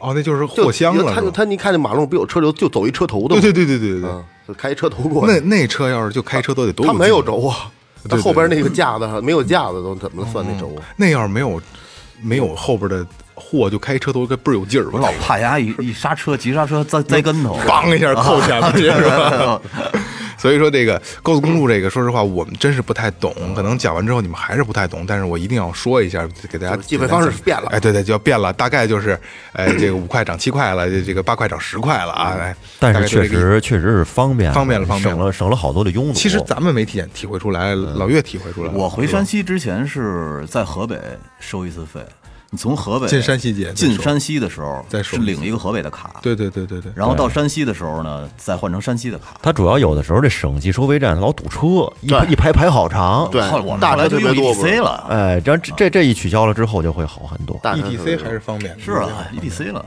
[SPEAKER 3] 哦，那就是
[SPEAKER 4] 嗯就
[SPEAKER 3] 货箱了，
[SPEAKER 4] 他
[SPEAKER 3] 是
[SPEAKER 4] 就
[SPEAKER 3] 吧
[SPEAKER 4] 他，你看那马路不有车流，就走一车头的
[SPEAKER 3] 对
[SPEAKER 4] 吗？
[SPEAKER 3] 对对对对对对
[SPEAKER 4] 嗯，就开一车头过
[SPEAKER 3] 那
[SPEAKER 4] 去。
[SPEAKER 3] 那车要是就开车都得多，
[SPEAKER 4] 他没有，轴啊，
[SPEAKER 3] 对
[SPEAKER 4] 他
[SPEAKER 3] 对哦
[SPEAKER 4] 后边那个架子上没有架子都怎么算那轴啊？
[SPEAKER 3] 那要是没有没有后边的货，就开车都该倍儿有劲儿，我
[SPEAKER 2] 我老 怕丫一一刹车急刹车栽栽跟头，
[SPEAKER 3] 梆一下扣钱了，是吧？ 所以说这个高速公路这个，说实话，我们真是不太懂。可能讲完之后你们还是不太懂，但是我一定要说一下，给大家
[SPEAKER 4] 就是计费方式变了
[SPEAKER 3] 哎，对对，就要变了，大概就是，哎，这个五块涨七块了，这这个八块涨十块了啊。
[SPEAKER 4] 嗯
[SPEAKER 3] 哎，
[SPEAKER 1] 但
[SPEAKER 3] 大
[SPEAKER 1] 是
[SPEAKER 3] 概就
[SPEAKER 1] 确
[SPEAKER 3] 这个意思。
[SPEAKER 1] 实确实是方便，
[SPEAKER 3] 方便了方便
[SPEAKER 1] 省了省了好多的拥堵。
[SPEAKER 3] 其实咱们没体验体会出来，
[SPEAKER 1] 嗯
[SPEAKER 3] 老岳体会出来了。
[SPEAKER 2] 我回
[SPEAKER 3] 是吧
[SPEAKER 2] 山西之前是在河北收一次费，你从河北
[SPEAKER 3] 进山西节
[SPEAKER 2] 进山西的时候
[SPEAKER 3] 再
[SPEAKER 2] 是
[SPEAKER 3] 说
[SPEAKER 2] 领一个河北的卡，
[SPEAKER 3] 对对对对对，
[SPEAKER 2] 然后到山西的时候呢，再换成山西的卡。
[SPEAKER 1] 它主要有的时候这省级收费站老堵车，一排
[SPEAKER 4] 对
[SPEAKER 1] 一排排好长。
[SPEAKER 4] 对
[SPEAKER 2] 后来我们
[SPEAKER 4] 大
[SPEAKER 2] 后
[SPEAKER 4] 车
[SPEAKER 2] 来
[SPEAKER 4] 特
[SPEAKER 2] 就
[SPEAKER 4] 别
[SPEAKER 2] 用
[SPEAKER 4] 多不是
[SPEAKER 2] EDC 了，
[SPEAKER 1] 哎，这样这这这一取消了之后就会好很多。
[SPEAKER 4] 大
[SPEAKER 3] ETC E 还是方便的，
[SPEAKER 2] 是啊了 EDC 了，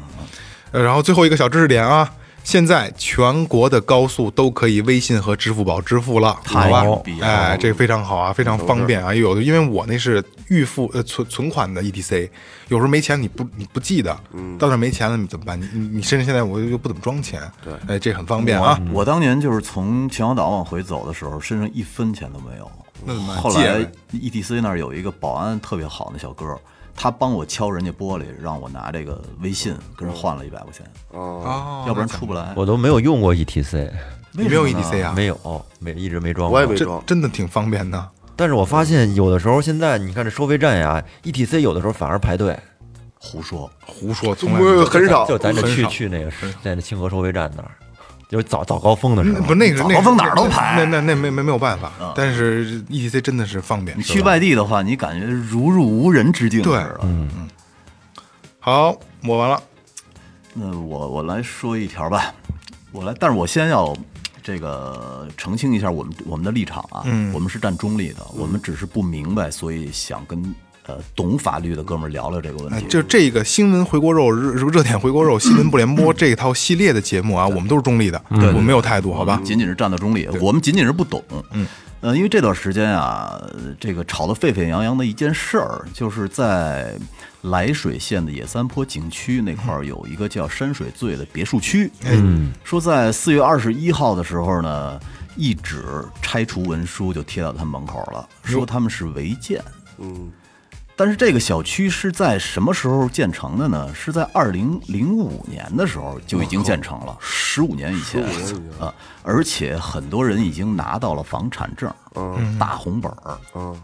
[SPEAKER 3] 呃，然后最后一个小知识点啊，现在全国的高速都可以微信和支付宝支付了，
[SPEAKER 2] 太
[SPEAKER 3] 好吧
[SPEAKER 2] 牛逼？了
[SPEAKER 3] 哎，这个非常好啊，非常方便啊。有的因为我那是预付呃存存款的 ETC，有时候没钱你不你不记得，到那儿没钱了你怎么办？你你你身上现在我又不怎么装钱，对，哎，这很方便啊。
[SPEAKER 2] 我我当年就是从秦皇岛往回走的时候，身上一分钱都没有。
[SPEAKER 3] 那怎么办
[SPEAKER 2] 后
[SPEAKER 3] 借
[SPEAKER 2] 来
[SPEAKER 3] 呗
[SPEAKER 2] EDC E 那儿有一个保安特别好，那小哥，他帮我敲人家玻璃，让我拿这个微信跟人换了一百块钱，
[SPEAKER 3] 哦，
[SPEAKER 2] 要不然出不来。
[SPEAKER 1] 我都没有用过 ETC，
[SPEAKER 3] 你没有 ETC 啊？
[SPEAKER 1] 没有，没一直没装过。
[SPEAKER 4] 我也没
[SPEAKER 3] 这
[SPEAKER 4] 装，
[SPEAKER 3] 真的挺方便的。
[SPEAKER 1] 但是我发现有的时候现在你看这收费站呀，ETC 有的时候反而排队，
[SPEAKER 2] 胡说，
[SPEAKER 3] 胡说，从来没
[SPEAKER 4] 我
[SPEAKER 3] 有
[SPEAKER 4] 很少
[SPEAKER 1] 就咱这
[SPEAKER 3] 哦很
[SPEAKER 1] 去
[SPEAKER 3] 少
[SPEAKER 1] 去那个在那清河收费站那儿，就是早早高峰的时候，
[SPEAKER 3] 嗯不是那个是那
[SPEAKER 2] 早
[SPEAKER 3] 个
[SPEAKER 2] 风哪儿都排
[SPEAKER 3] 那那那没没没有办法。但是 ETC 真的是方便
[SPEAKER 2] 你。去外地的话，你感觉如入无人之境似
[SPEAKER 3] 对
[SPEAKER 2] 的。
[SPEAKER 3] 好，我完了。
[SPEAKER 2] 那我我来说一条吧，我来，但是我先要这个澄清一下我们我们的立场啊，
[SPEAKER 3] 嗯
[SPEAKER 2] 我们是站中立的，我们只是不明白，所以想跟呃懂法律的哥们儿聊聊这个问
[SPEAKER 3] 哎
[SPEAKER 2] 题。
[SPEAKER 3] 就这个新闻回锅肉热热点回锅肉新闻不联播这套系列的节目啊，我们都是中立的，我们没有态度，好吧？
[SPEAKER 2] 嗯仅仅是站在中立，我们仅仅是不懂。嗯，呃，因为这段时间啊，呃这个吵得沸沸扬扬的一件事儿，就是在涞水县的野三坡景区那块儿有一个叫山水醉的别墅区。嗯，说在四月二十一号的时候呢，一纸拆除文书就贴到他们门口了，说他们是违建。但是这个小区是在什么时候建成的呢？是在二零零五年的时候就已经建成了，哦十五年以前啊！而且很多人已经拿到了房产证，大红本儿。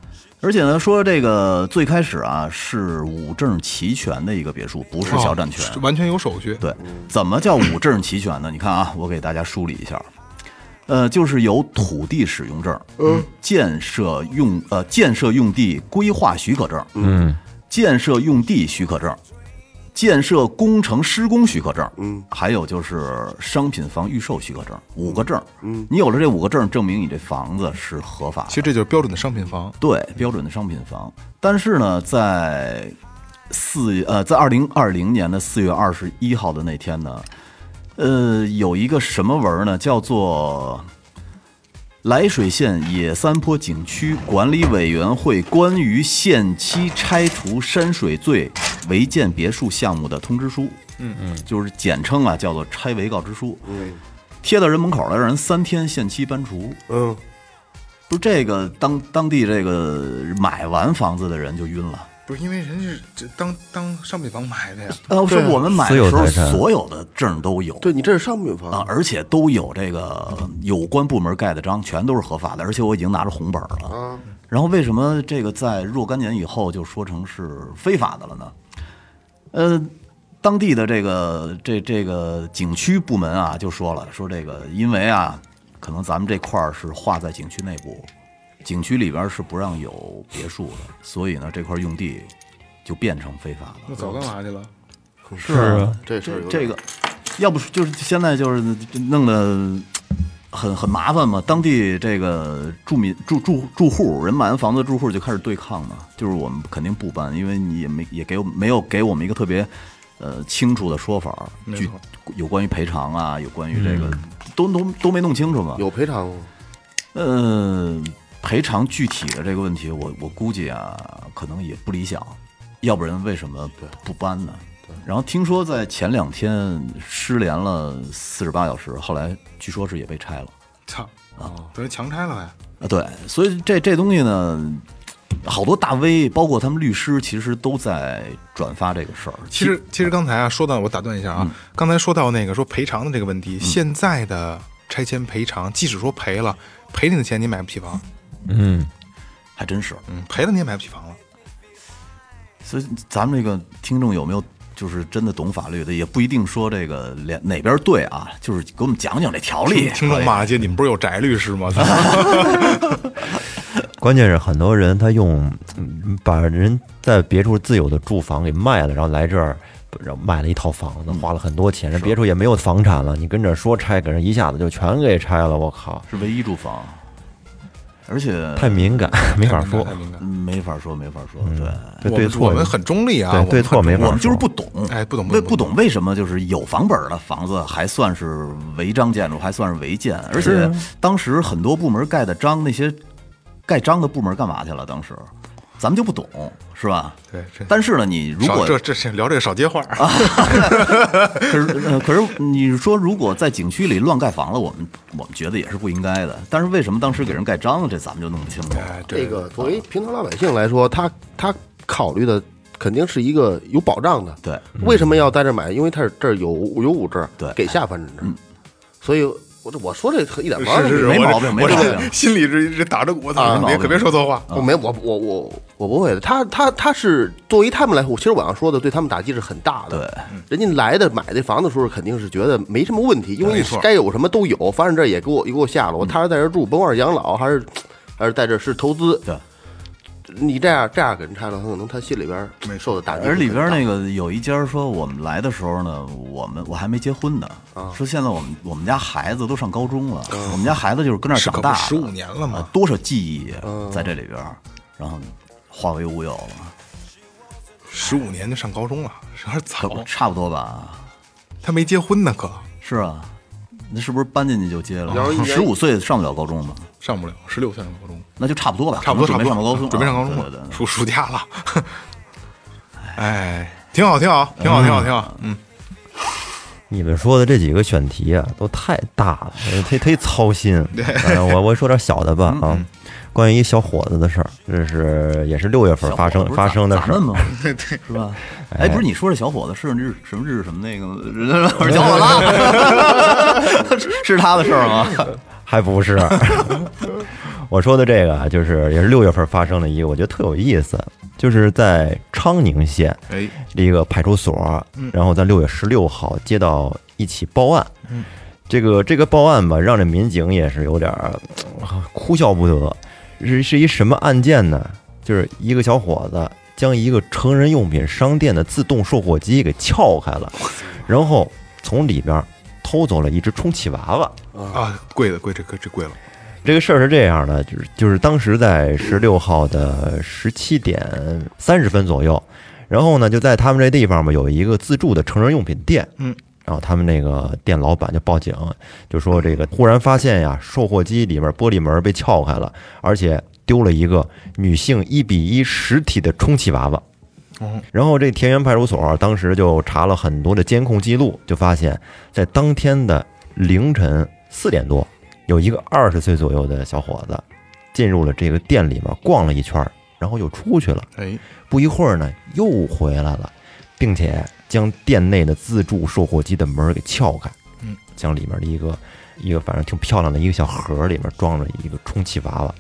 [SPEAKER 2] 而且呢，说这个最开始啊是五证齐全的一个别墅，不哦是小占权
[SPEAKER 3] 是，完全有手续。
[SPEAKER 2] 对，怎么叫五证齐全呢？你看啊，我给大家梳理一下，呃，就是有土地使用证，嗯，建设用呃建设用地规划许可证，嗯，建设用地许可证，建设工程施工许可证，嗯，还有就是商品房预售许可证，五个证，嗯，你有了这五个证，证明你这房子是合法的
[SPEAKER 3] 其实这就是标准的商品房，
[SPEAKER 2] 对，标准的商品房。但是呢，在四呃，在二零二零年的四月二十一号的那天呢，呃，有一个什么文儿呢？叫做涞水县野三坡景区管理委员会关于限期拆除山水醉违建别墅项目的通知书。嗯嗯，就是简称啊，叫做拆违告知书。嗯，贴到人门口了，让人三天限期搬除。
[SPEAKER 4] 嗯，
[SPEAKER 2] 不是这个当当地这个买完房子的人就晕了，
[SPEAKER 3] 不是因为人是这当当商品房买的呀，
[SPEAKER 2] 呃，是我们买
[SPEAKER 1] 啊私有
[SPEAKER 2] 的时候
[SPEAKER 1] 财产
[SPEAKER 2] 所有的证都有，
[SPEAKER 4] 对你这是商品房
[SPEAKER 2] 啊，，而且都有这个有关部门盖的章，全都是合法的，而且我已经拿着红本儿了。然后为什么这个在若干年以后就说成是非法的了呢？呃，当地的这个这这个景区部门啊，就说了，说这个因为啊，可能咱们这块儿是划在景区内部，景区里边儿是不让有别墅的，所以呢，这块儿用地就变成非法
[SPEAKER 3] 那
[SPEAKER 2] 的。
[SPEAKER 3] 早干嘛去了？
[SPEAKER 4] 是
[SPEAKER 1] 啊
[SPEAKER 4] 这事
[SPEAKER 2] 这
[SPEAKER 4] 儿有点
[SPEAKER 2] 这个，要不是就是现在就是弄得很很麻烦嘛。当地这个住民住住住户人买完房子，住户就开始对抗嘛。就是我们肯定不搬，因为你也没也给我没有给我们一个特别呃清楚的说法儿，
[SPEAKER 3] 没
[SPEAKER 2] 具
[SPEAKER 3] 错
[SPEAKER 2] 有关于赔偿啊，有关于这
[SPEAKER 4] 嗯
[SPEAKER 2] 个、都都都没弄清楚嘛。
[SPEAKER 4] 有赔偿吗？
[SPEAKER 2] 呃，赔偿具体的这个问题，我我估计啊，可能也不理想，要不然为什么不搬呢？然后听说在前两天失联了四十八小时，后来据说是也被拆了
[SPEAKER 3] 操，等于强拆了呗。
[SPEAKER 2] 啊。对，所以这这东西呢，好多大 V，包括他们律师，其实都在转发这个事儿。
[SPEAKER 3] 其实其实刚才啊，说到我打断一下
[SPEAKER 2] 嗯
[SPEAKER 3] 啊，刚才说到那个说赔偿的这个问题，现在的拆迁赔偿，即使说赔了，赔你的钱你买不起房，
[SPEAKER 1] 嗯，
[SPEAKER 2] 还真是，
[SPEAKER 3] 嗯，赔了你也买不起房了。
[SPEAKER 2] 所以咱们这个听众有没有就是真的懂法律的，也不一定说这个两哪边对啊，就是给我们讲讲这条例。
[SPEAKER 3] 听众骂街，你们不是有翟律师
[SPEAKER 2] 哎
[SPEAKER 3] 吗？
[SPEAKER 1] 关键是很多人他用嗯把人在别处自有的住房给卖了，然后来这儿。然后卖了一套房子，花了很多钱，人别处也没有房产了。你跟这儿说拆，给人一下子就全给拆了，我靠，
[SPEAKER 2] 是唯一住房，而且
[SPEAKER 1] 太敏感， 没法说
[SPEAKER 3] 太。敏感
[SPEAKER 2] 没法说，没法说，对，
[SPEAKER 1] 这
[SPEAKER 3] 哎我
[SPEAKER 1] 对
[SPEAKER 3] 们
[SPEAKER 1] 错
[SPEAKER 3] 我，们很中立啊，
[SPEAKER 1] 对
[SPEAKER 3] 我们
[SPEAKER 1] 对错
[SPEAKER 3] 很
[SPEAKER 1] 嗯没法
[SPEAKER 2] 我们就
[SPEAKER 1] 说
[SPEAKER 2] 是不懂，
[SPEAKER 3] 哎不懂不
[SPEAKER 2] 为
[SPEAKER 3] 懂
[SPEAKER 2] 不懂为什么就是有房本儿的房子还算是违章建筑，还算是违建，而且当时很多部门盖的章，那些盖章的部门干嘛去了？当时咱们就不懂，是吧？
[SPEAKER 3] 对，这
[SPEAKER 2] 但是呢，你如
[SPEAKER 3] 少
[SPEAKER 2] 果啊
[SPEAKER 3] 这这这聊这个少接话，
[SPEAKER 2] 可是、呃可是你说如果在景区里乱盖房了，我们我们觉得也是不应该的。但是为什么当时给人盖章了，这咱们就弄不清楚了。
[SPEAKER 3] 哎，对
[SPEAKER 4] 这个作为平头老百姓来说，他他考虑的肯定是一个有保障的。
[SPEAKER 2] 对，
[SPEAKER 4] 为
[SPEAKER 3] 嗯
[SPEAKER 4] 什么要在这买？因为他是这儿有有五证，
[SPEAKER 2] 对
[SPEAKER 4] 给下凡人证，所以我这我说这一点毛病
[SPEAKER 3] 嗯是是是，我
[SPEAKER 4] 没
[SPEAKER 2] 没
[SPEAKER 3] 这
[SPEAKER 2] 毛病没
[SPEAKER 3] 我这
[SPEAKER 2] 毛病
[SPEAKER 3] 心里这这打着鼓，我
[SPEAKER 4] 啊
[SPEAKER 3] 操，别可别说错话。
[SPEAKER 4] 我没我我我我不会的，他他他是作为他们来说，其实我要说的，对他们打击是很大的。对，人家来的买这房子的时候，肯定是觉得没什么问题，因为
[SPEAKER 3] 没
[SPEAKER 4] 你
[SPEAKER 3] 错
[SPEAKER 4] 该有什么都有，反正这也给我也给我下
[SPEAKER 2] 嗯
[SPEAKER 4] 了，我踏实在这住，甭管是养老还是还是在这是投资。
[SPEAKER 2] 对，
[SPEAKER 4] 你这样这样给人拆了，他可能他心里边
[SPEAKER 3] 没
[SPEAKER 4] 受的打击会
[SPEAKER 2] 而
[SPEAKER 4] 很大。
[SPEAKER 2] 里边那个有一家说，我们来的时候呢，我们我还没结婚呢，
[SPEAKER 3] 啊
[SPEAKER 2] 说现在我们我们家孩子都上高中了，我们家孩子就是跟那儿
[SPEAKER 3] 是
[SPEAKER 2] 长
[SPEAKER 3] 可
[SPEAKER 2] 大
[SPEAKER 3] 不
[SPEAKER 2] 的，
[SPEAKER 3] 十五年了
[SPEAKER 2] 啊
[SPEAKER 3] 嘛，啊
[SPEAKER 2] 多少记忆在这里边儿，然后化为乌有了，
[SPEAKER 3] 十五年就上高中了，有点
[SPEAKER 2] 可
[SPEAKER 3] 早。啊
[SPEAKER 2] 差不多吧？
[SPEAKER 3] 他没结婚呢，可
[SPEAKER 2] 是啊，那是不是搬进去就接了
[SPEAKER 4] 然后一？年
[SPEAKER 2] 十五岁上不了高中吧？
[SPEAKER 3] 上不了，十六岁上高中，
[SPEAKER 2] 那就差不多吧，
[SPEAKER 3] 差不多差
[SPEAKER 2] 可
[SPEAKER 3] 不
[SPEAKER 2] 能
[SPEAKER 3] 多
[SPEAKER 2] 准
[SPEAKER 3] 准备
[SPEAKER 2] 备
[SPEAKER 3] 上
[SPEAKER 2] 上
[SPEAKER 3] 高
[SPEAKER 2] 高
[SPEAKER 3] 中
[SPEAKER 2] 中了，啊
[SPEAKER 3] 了，
[SPEAKER 2] 对对对
[SPEAKER 3] 暑暑假了。 哎，挺好，挺好，挺好，挺好，挺好。嗯，
[SPEAKER 1] 你们说的这几个选题啊，都太大了，我忒忒操心。呃我我说点小的吧啊，关于一小伙子的事儿，这是也是六月份发生
[SPEAKER 2] 小伙子不是
[SPEAKER 1] 发生的
[SPEAKER 2] 咱
[SPEAKER 1] 事儿
[SPEAKER 2] 咱。 们吗？对对，是吧？哎，不是你说这小伙子是日什么日什么 那个小伙子，是 是他的事儿吗？
[SPEAKER 1] 还不是。 我说的这个啊，就是也是六月份发生的一个，我觉得特有意思，就是在昌宁县
[SPEAKER 3] 哎，
[SPEAKER 1] 一个派出所，然后在六月十六号接到一起报案，这个这个报案吧，让这民警也是有点儿呃哭笑不得，是是一什么案件呢？就是一个小伙子将一个成人用品商店的自动售货机给撬开了，然后从里边儿偷走了一只充气娃娃。
[SPEAKER 2] 嗯
[SPEAKER 3] 啊，贵了，贵这贵这贵了。
[SPEAKER 1] 这个事儿是这样的，就是就是当时在十六号的十七点三十分左右，然后呢就在他们这地方吧有一个自助的成人用品店，
[SPEAKER 3] 嗯，
[SPEAKER 1] 然后他们那个店老板就报警，就说这个忽然发现呀，售货机里面玻璃门被撬开了，而且丢了一个女性一比一实体的充气娃娃。然后这田园派出所啊当时就查了很多的监控记录，就发现，在当天的凌晨四点多，有一个二十岁左右的小伙子进入了这个店里面逛了一圈儿，然后又出去了。
[SPEAKER 3] 哎，
[SPEAKER 1] 不一会儿呢，又回来了，并且将店内的自助售货机的门儿给撬开，
[SPEAKER 3] 嗯，
[SPEAKER 1] 将里面的一个一个反正挺漂亮的一个小盒儿里面装着一个充气娃娃。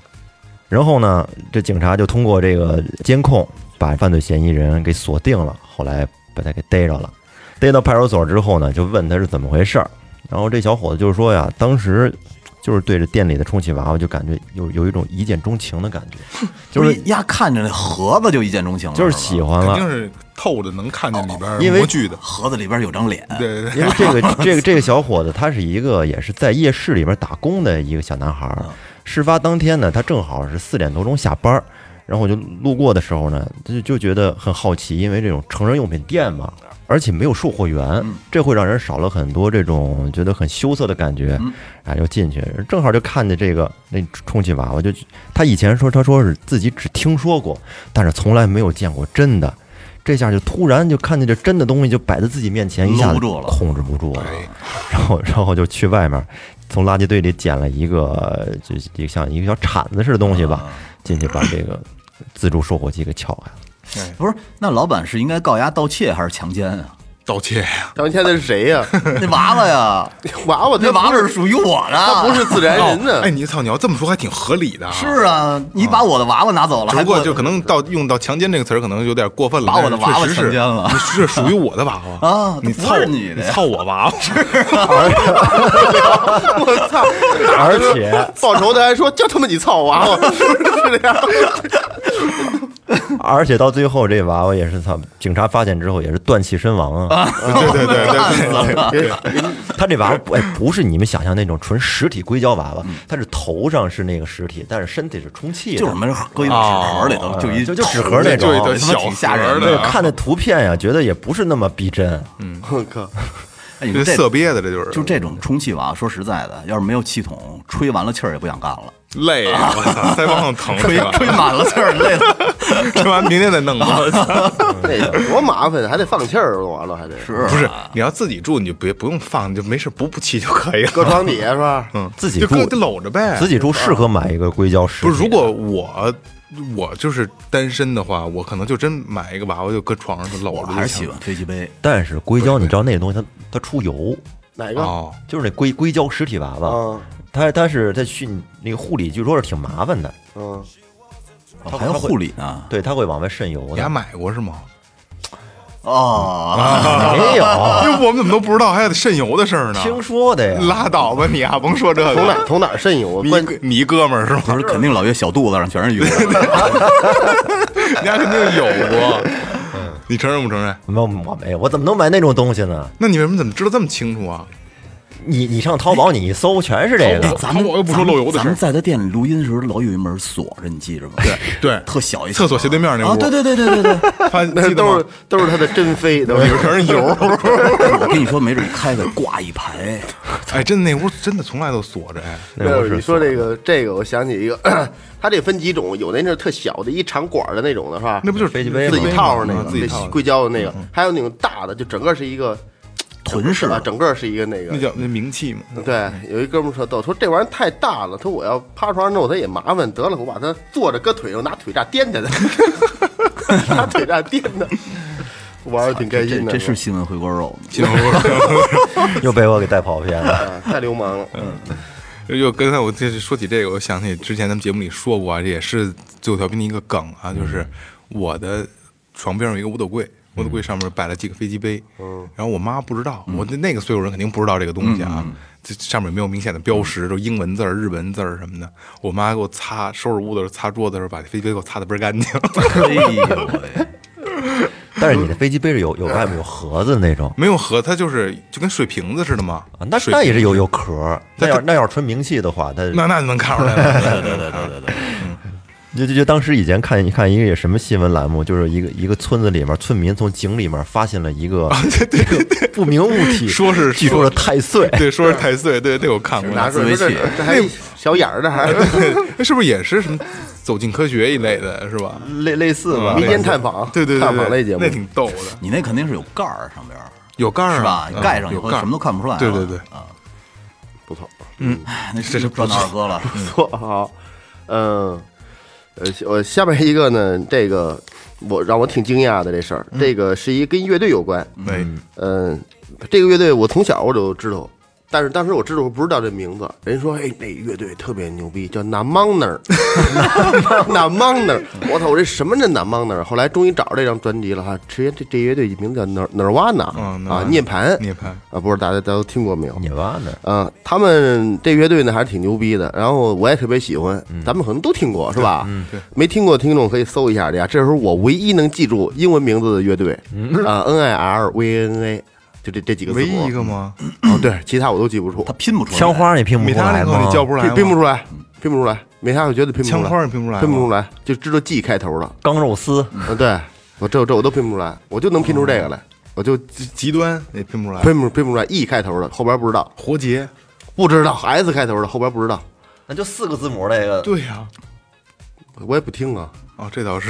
[SPEAKER 1] 然后呢，这警察就通过这个监控把犯罪嫌疑人给锁定了，后来把他给逮着了。逮到派出所之后呢，就问他是怎么回事儿。然后这小伙子就是说呀，当时就是对着店里的充气娃娃就感觉有有一种一见钟情的感觉，就
[SPEAKER 2] 不
[SPEAKER 1] 是
[SPEAKER 2] 是丫看着那盒子就一见钟情了，
[SPEAKER 1] 就是
[SPEAKER 2] 吧
[SPEAKER 1] 喜欢
[SPEAKER 3] 肯
[SPEAKER 1] 了，
[SPEAKER 3] 定是透着能看见里边
[SPEAKER 1] 因为
[SPEAKER 3] 模具的，
[SPEAKER 2] 盒子里边有张脸，
[SPEAKER 3] 对 对对，
[SPEAKER 1] 因为这个这个这个小伙子，他是一个也是在夜市里边打工的一个小男孩儿。事发当天呢，他正好是四点多钟下班儿，然后我就路过的时候呢，他就就觉得很好奇，因为这种成人用品店嘛，
[SPEAKER 2] 嗯
[SPEAKER 1] 而且没有售货员，这会让人少了很多这种觉得很羞涩的感觉。
[SPEAKER 2] 嗯
[SPEAKER 1] 啊，又进去，正好就看见这个那充气娃娃，就他以前说他说是自己只听说过，但是从来没有见过真的。这下就突然就看见这真的东西就摆在自己面前，一下
[SPEAKER 2] 搂
[SPEAKER 1] 子
[SPEAKER 2] 不住了
[SPEAKER 1] 控制不住了，然后然后就去外面，从垃圾堆里捡了一个呃就就像一个小铲子似的东西吧，进去把这个自助售货机给撬开了。
[SPEAKER 2] 不是？那老板是应该告丫盗窃还是强奸啊？
[SPEAKER 3] 盗窃呀，
[SPEAKER 4] 当天那是谁呀？
[SPEAKER 2] 那娃娃 呀，
[SPEAKER 4] 娃娃，他
[SPEAKER 2] 那
[SPEAKER 4] 不
[SPEAKER 2] 娃娃啊哦
[SPEAKER 4] 是
[SPEAKER 2] 是属于我的，
[SPEAKER 4] 他不是自然人呢
[SPEAKER 3] 哎，。你操，你要这么说还挺合理的啊，
[SPEAKER 2] 是啊，你把我的娃娃拿走
[SPEAKER 3] 啊
[SPEAKER 2] 了，
[SPEAKER 3] 只
[SPEAKER 2] 还
[SPEAKER 3] 不
[SPEAKER 2] 给我
[SPEAKER 3] 过就可能到用到“强奸”这个词儿，可能有点过分了。
[SPEAKER 2] 把我的
[SPEAKER 3] 但是
[SPEAKER 2] 娃娃
[SPEAKER 3] 确实
[SPEAKER 2] 强奸了
[SPEAKER 3] 是是属于我的娃娃
[SPEAKER 2] 啊
[SPEAKER 3] 你
[SPEAKER 2] 不
[SPEAKER 3] 操
[SPEAKER 2] 是
[SPEAKER 3] 你
[SPEAKER 2] 你的
[SPEAKER 3] 操我娃娃，
[SPEAKER 4] 我操！
[SPEAKER 1] 而且
[SPEAKER 4] 报仇的还说就他妈你操娃娃，是这样。
[SPEAKER 1] 而且到最后，这娃娃也是他警察发现之后也是断气身亡啊！
[SPEAKER 3] 对对对对对，
[SPEAKER 1] 他这娃娃不哎不是你们想象那种纯实体硅胶娃娃，它是头上是那个实体，但是身体是充气的，
[SPEAKER 2] 就是什么搁一纸盒里头，就一
[SPEAKER 1] 哦就就纸盒
[SPEAKER 2] 头
[SPEAKER 1] 那种
[SPEAKER 3] 就
[SPEAKER 2] 他妈
[SPEAKER 3] 小
[SPEAKER 2] 挺吓人
[SPEAKER 1] 对
[SPEAKER 3] 盒的
[SPEAKER 1] 看那图片呀，觉得也不是那么逼真。
[SPEAKER 4] 我靠！
[SPEAKER 2] 哎你
[SPEAKER 3] 这
[SPEAKER 2] 说
[SPEAKER 3] 色
[SPEAKER 2] 这
[SPEAKER 3] 憋的，这就是
[SPEAKER 2] 就这种充气娃，说实在的，要是没有气筒，吹完了气儿也不想干了，
[SPEAKER 3] 累啊，我操，腮帮子疼
[SPEAKER 2] 吹
[SPEAKER 3] 是吧？
[SPEAKER 2] 吹满了气儿累了。
[SPEAKER 3] 吃完明天再弄
[SPEAKER 2] 哦
[SPEAKER 3] 吧。我操
[SPEAKER 4] 那个多麻烦，还得放气儿，完了还得是
[SPEAKER 3] 不是，你要自己住，你就别不用放，你就没事补补气就可以了。
[SPEAKER 4] 搁床底下是吧？
[SPEAKER 3] 嗯，
[SPEAKER 1] 自己
[SPEAKER 3] 就
[SPEAKER 1] 住
[SPEAKER 3] 搁就搂着呗。
[SPEAKER 1] 自己住适合买一个硅胶实体
[SPEAKER 3] 哎不
[SPEAKER 1] 的，
[SPEAKER 3] 是，如果我我就是单身的话，我可能就真买一个娃娃，就搁床上就搂
[SPEAKER 2] 我
[SPEAKER 3] 着就行了。
[SPEAKER 2] 还是喜欢飞机杯，
[SPEAKER 1] 但是硅胶你知道那个东西它它出油，
[SPEAKER 4] 哪个？
[SPEAKER 3] 哦，
[SPEAKER 1] 就是那硅硅胶实体娃娃，
[SPEAKER 4] 嗯
[SPEAKER 1] 它它是它去那个护理据说是挺麻烦的，
[SPEAKER 4] 嗯，
[SPEAKER 2] 哦还有护理呢。
[SPEAKER 1] 对，它会往外渗油
[SPEAKER 3] 你还
[SPEAKER 1] 的。
[SPEAKER 3] 买过是吗？
[SPEAKER 2] 哦，
[SPEAKER 1] 没有，
[SPEAKER 3] 因为我们怎么都不知道还有渗油的事儿呢？
[SPEAKER 1] 听说的呀。
[SPEAKER 3] 拉倒吧你啊，甭说这
[SPEAKER 4] 从哪
[SPEAKER 3] 个。
[SPEAKER 4] 从哪儿渗油？啊
[SPEAKER 3] 你
[SPEAKER 4] 关
[SPEAKER 3] 你哥们儿是吗？
[SPEAKER 2] 不是肯定老岳小肚子上全是油，
[SPEAKER 3] 人家肯定有过，
[SPEAKER 2] 嗯
[SPEAKER 3] 你承认不承认？
[SPEAKER 1] 没有，我没有，我怎么能买那种东西呢？
[SPEAKER 3] 那你为什么怎么知道这么清楚啊？
[SPEAKER 1] 你你上淘宝你一搜，全是这 个。
[SPEAKER 2] 哎咱们
[SPEAKER 3] 我又不说漏油的事儿
[SPEAKER 2] 咱们在他店里录音的时候，老有一门锁着，你记着吗？对
[SPEAKER 3] 对
[SPEAKER 2] 特小一
[SPEAKER 3] 厕所斜对面那屋
[SPEAKER 2] 啊，对对对对对对。
[SPEAKER 3] 发现
[SPEAKER 4] 那
[SPEAKER 3] 记得吗
[SPEAKER 4] 都是都是他的真 飞，都
[SPEAKER 3] 里
[SPEAKER 4] 是
[SPEAKER 3] 边全是油。
[SPEAKER 2] 我跟你说，没准开开挂一排，
[SPEAKER 3] 哎，真的那屋真的从来都锁着哎。
[SPEAKER 1] 那不是
[SPEAKER 4] 你说这个这个，我想起一个，它这分几种，有那是特小的，一长管儿的那种的是吧？
[SPEAKER 3] 那不就是
[SPEAKER 1] 飞机杯吗
[SPEAKER 4] 自己套上那
[SPEAKER 3] 嗯
[SPEAKER 4] 个，
[SPEAKER 3] 自己
[SPEAKER 4] 那
[SPEAKER 3] 套上嗯
[SPEAKER 4] 硅胶的那个，还有那种大的，就整个是一个
[SPEAKER 2] 臀式
[SPEAKER 4] 啊，
[SPEAKER 2] 的。
[SPEAKER 4] 整个是一个那
[SPEAKER 3] 那
[SPEAKER 4] 个。
[SPEAKER 3] 叫那名 气嘛。
[SPEAKER 4] 对，有一哥们儿说逗，说这玩意儿太大了，他说我要趴床上弄，他也麻烦，得了，我把它坐着搁腿上，拿腿架颠他的， 拿腿架颠他，玩儿得挺开
[SPEAKER 2] 这
[SPEAKER 4] 心的，
[SPEAKER 2] 这是新闻回锅肉，
[SPEAKER 3] 进 屋
[SPEAKER 1] 又被我给带跑偏了。
[SPEAKER 4] 啊太流氓了，
[SPEAKER 3] 又刚才我这是说起这个，我想起之前咱们节目里说过啊，这也是最后调频的一个梗啊，就是
[SPEAKER 1] 嗯
[SPEAKER 3] 我的床边有一个五斗柜，五斗柜上面摆了几个飞机杯，嗯，然后我妈不知道，我那那个岁数人肯定不知道这个东西
[SPEAKER 1] 嗯
[SPEAKER 3] 啊，这上面也没有明显的标识，就英文字儿、日文字儿什么的。我妈给我擦收拾屋子的时候、擦桌子的时候，把飞机杯给我擦的倍儿干净。
[SPEAKER 2] 哎呦喂！
[SPEAKER 1] 但是你的飞机杯是有有外面有盒子的那种
[SPEAKER 3] 没有盒，它就是就跟水瓶子似的嘛，
[SPEAKER 1] 啊，那
[SPEAKER 3] 水
[SPEAKER 1] 那也是有有壳儿。那
[SPEAKER 3] 那
[SPEAKER 1] 要那要是纯名气的话，它
[SPEAKER 3] 那那就能看出来了。
[SPEAKER 2] 对对对对对对，
[SPEAKER 1] 就就就当时以前看一看一个什么新闻栏目，就是一个一个村子里面村民从井里面发现了一个 一个不明物体，
[SPEAKER 3] 说是
[SPEAKER 1] 据说是太岁，
[SPEAKER 3] 对，说是太岁，对，这我看过。
[SPEAKER 4] 拿出来
[SPEAKER 2] 拿自
[SPEAKER 4] 这
[SPEAKER 2] 慰器
[SPEAKER 4] 这还小眼儿的，还
[SPEAKER 3] 对， 是不是也是什么走进科学一 类的，是吧？
[SPEAKER 1] 类类似吧
[SPEAKER 4] 嗯民。间探访，
[SPEAKER 3] 对对对对，
[SPEAKER 4] 探访类节目
[SPEAKER 3] 那，挺逗的，
[SPEAKER 2] 你那肯定是有盖儿上边儿，
[SPEAKER 3] 有盖儿
[SPEAKER 2] 是吧？
[SPEAKER 3] 嗯
[SPEAKER 2] 盖上以
[SPEAKER 3] 有
[SPEAKER 2] 后
[SPEAKER 3] 盖儿
[SPEAKER 2] 什么都看不出来了。
[SPEAKER 3] 对对对
[SPEAKER 2] 啊，
[SPEAKER 4] 不错，
[SPEAKER 2] 那这就赚到二哥了。
[SPEAKER 4] 不错，好，嗯，呃，我下面一个呢，这个我让我挺惊讶的这事儿，这个是一跟乐队有关，
[SPEAKER 3] 哎，
[SPEAKER 4] 嗯，这个乐队我从小我就知道，但是当时我知道我不知道这名字，人说哎，那乐队特别牛逼，叫南 n 那儿， 南 n 那儿，我操，我这什么这南 n 那儿？后来终于找着这张专辑了哈，这这这乐队名字叫哪哪哇呢
[SPEAKER 3] 嗯，Nirvana
[SPEAKER 4] 啊，涅槃
[SPEAKER 3] 涅槃，
[SPEAKER 4] 啊，不知道大家大家都听过没有？
[SPEAKER 1] 你完了，
[SPEAKER 4] 嗯，他们这乐队呢还是挺牛逼的，然后我也特别喜欢，咱们可能都听过是吧？
[SPEAKER 3] 嗯
[SPEAKER 4] 嗯，
[SPEAKER 3] 对，
[SPEAKER 4] 没听过的听众可以搜一下去啊，这是我唯一能记住英文名字的乐队啊，N I R V N A，就这这几个字
[SPEAKER 3] 嗯唯一
[SPEAKER 4] 母
[SPEAKER 3] 一，个吗？
[SPEAKER 4] 哦对，其他我都记不住
[SPEAKER 2] 他，拼不出来。
[SPEAKER 1] 枪花你拼不
[SPEAKER 3] 米
[SPEAKER 1] 出
[SPEAKER 3] 塔
[SPEAKER 1] 来
[SPEAKER 3] 那个
[SPEAKER 1] 吗
[SPEAKER 3] 你？叫不出来
[SPEAKER 4] 拼
[SPEAKER 3] 吗，
[SPEAKER 4] 拼不出来，拼不出来，没啥我觉得拼不出
[SPEAKER 3] 枪
[SPEAKER 4] 来，
[SPEAKER 3] 花你拼不出来吗，
[SPEAKER 4] 拼不出来，就知道 G 开头了，
[SPEAKER 1] 钢肉丝，
[SPEAKER 4] 嗯，对我这我这我都拼不出来，我就能拼出这个
[SPEAKER 3] 哦
[SPEAKER 4] 来，我就
[SPEAKER 3] 极极端也拼不出来，
[SPEAKER 4] 拼不拼不出来 E 开头的，后边不知道，
[SPEAKER 3] 活结，
[SPEAKER 4] 不知道 S 开头的后边不知道，
[SPEAKER 1] 那就四个字母那个，
[SPEAKER 3] 对呀，
[SPEAKER 4] 我也不听啊。
[SPEAKER 3] 哦，这倒是，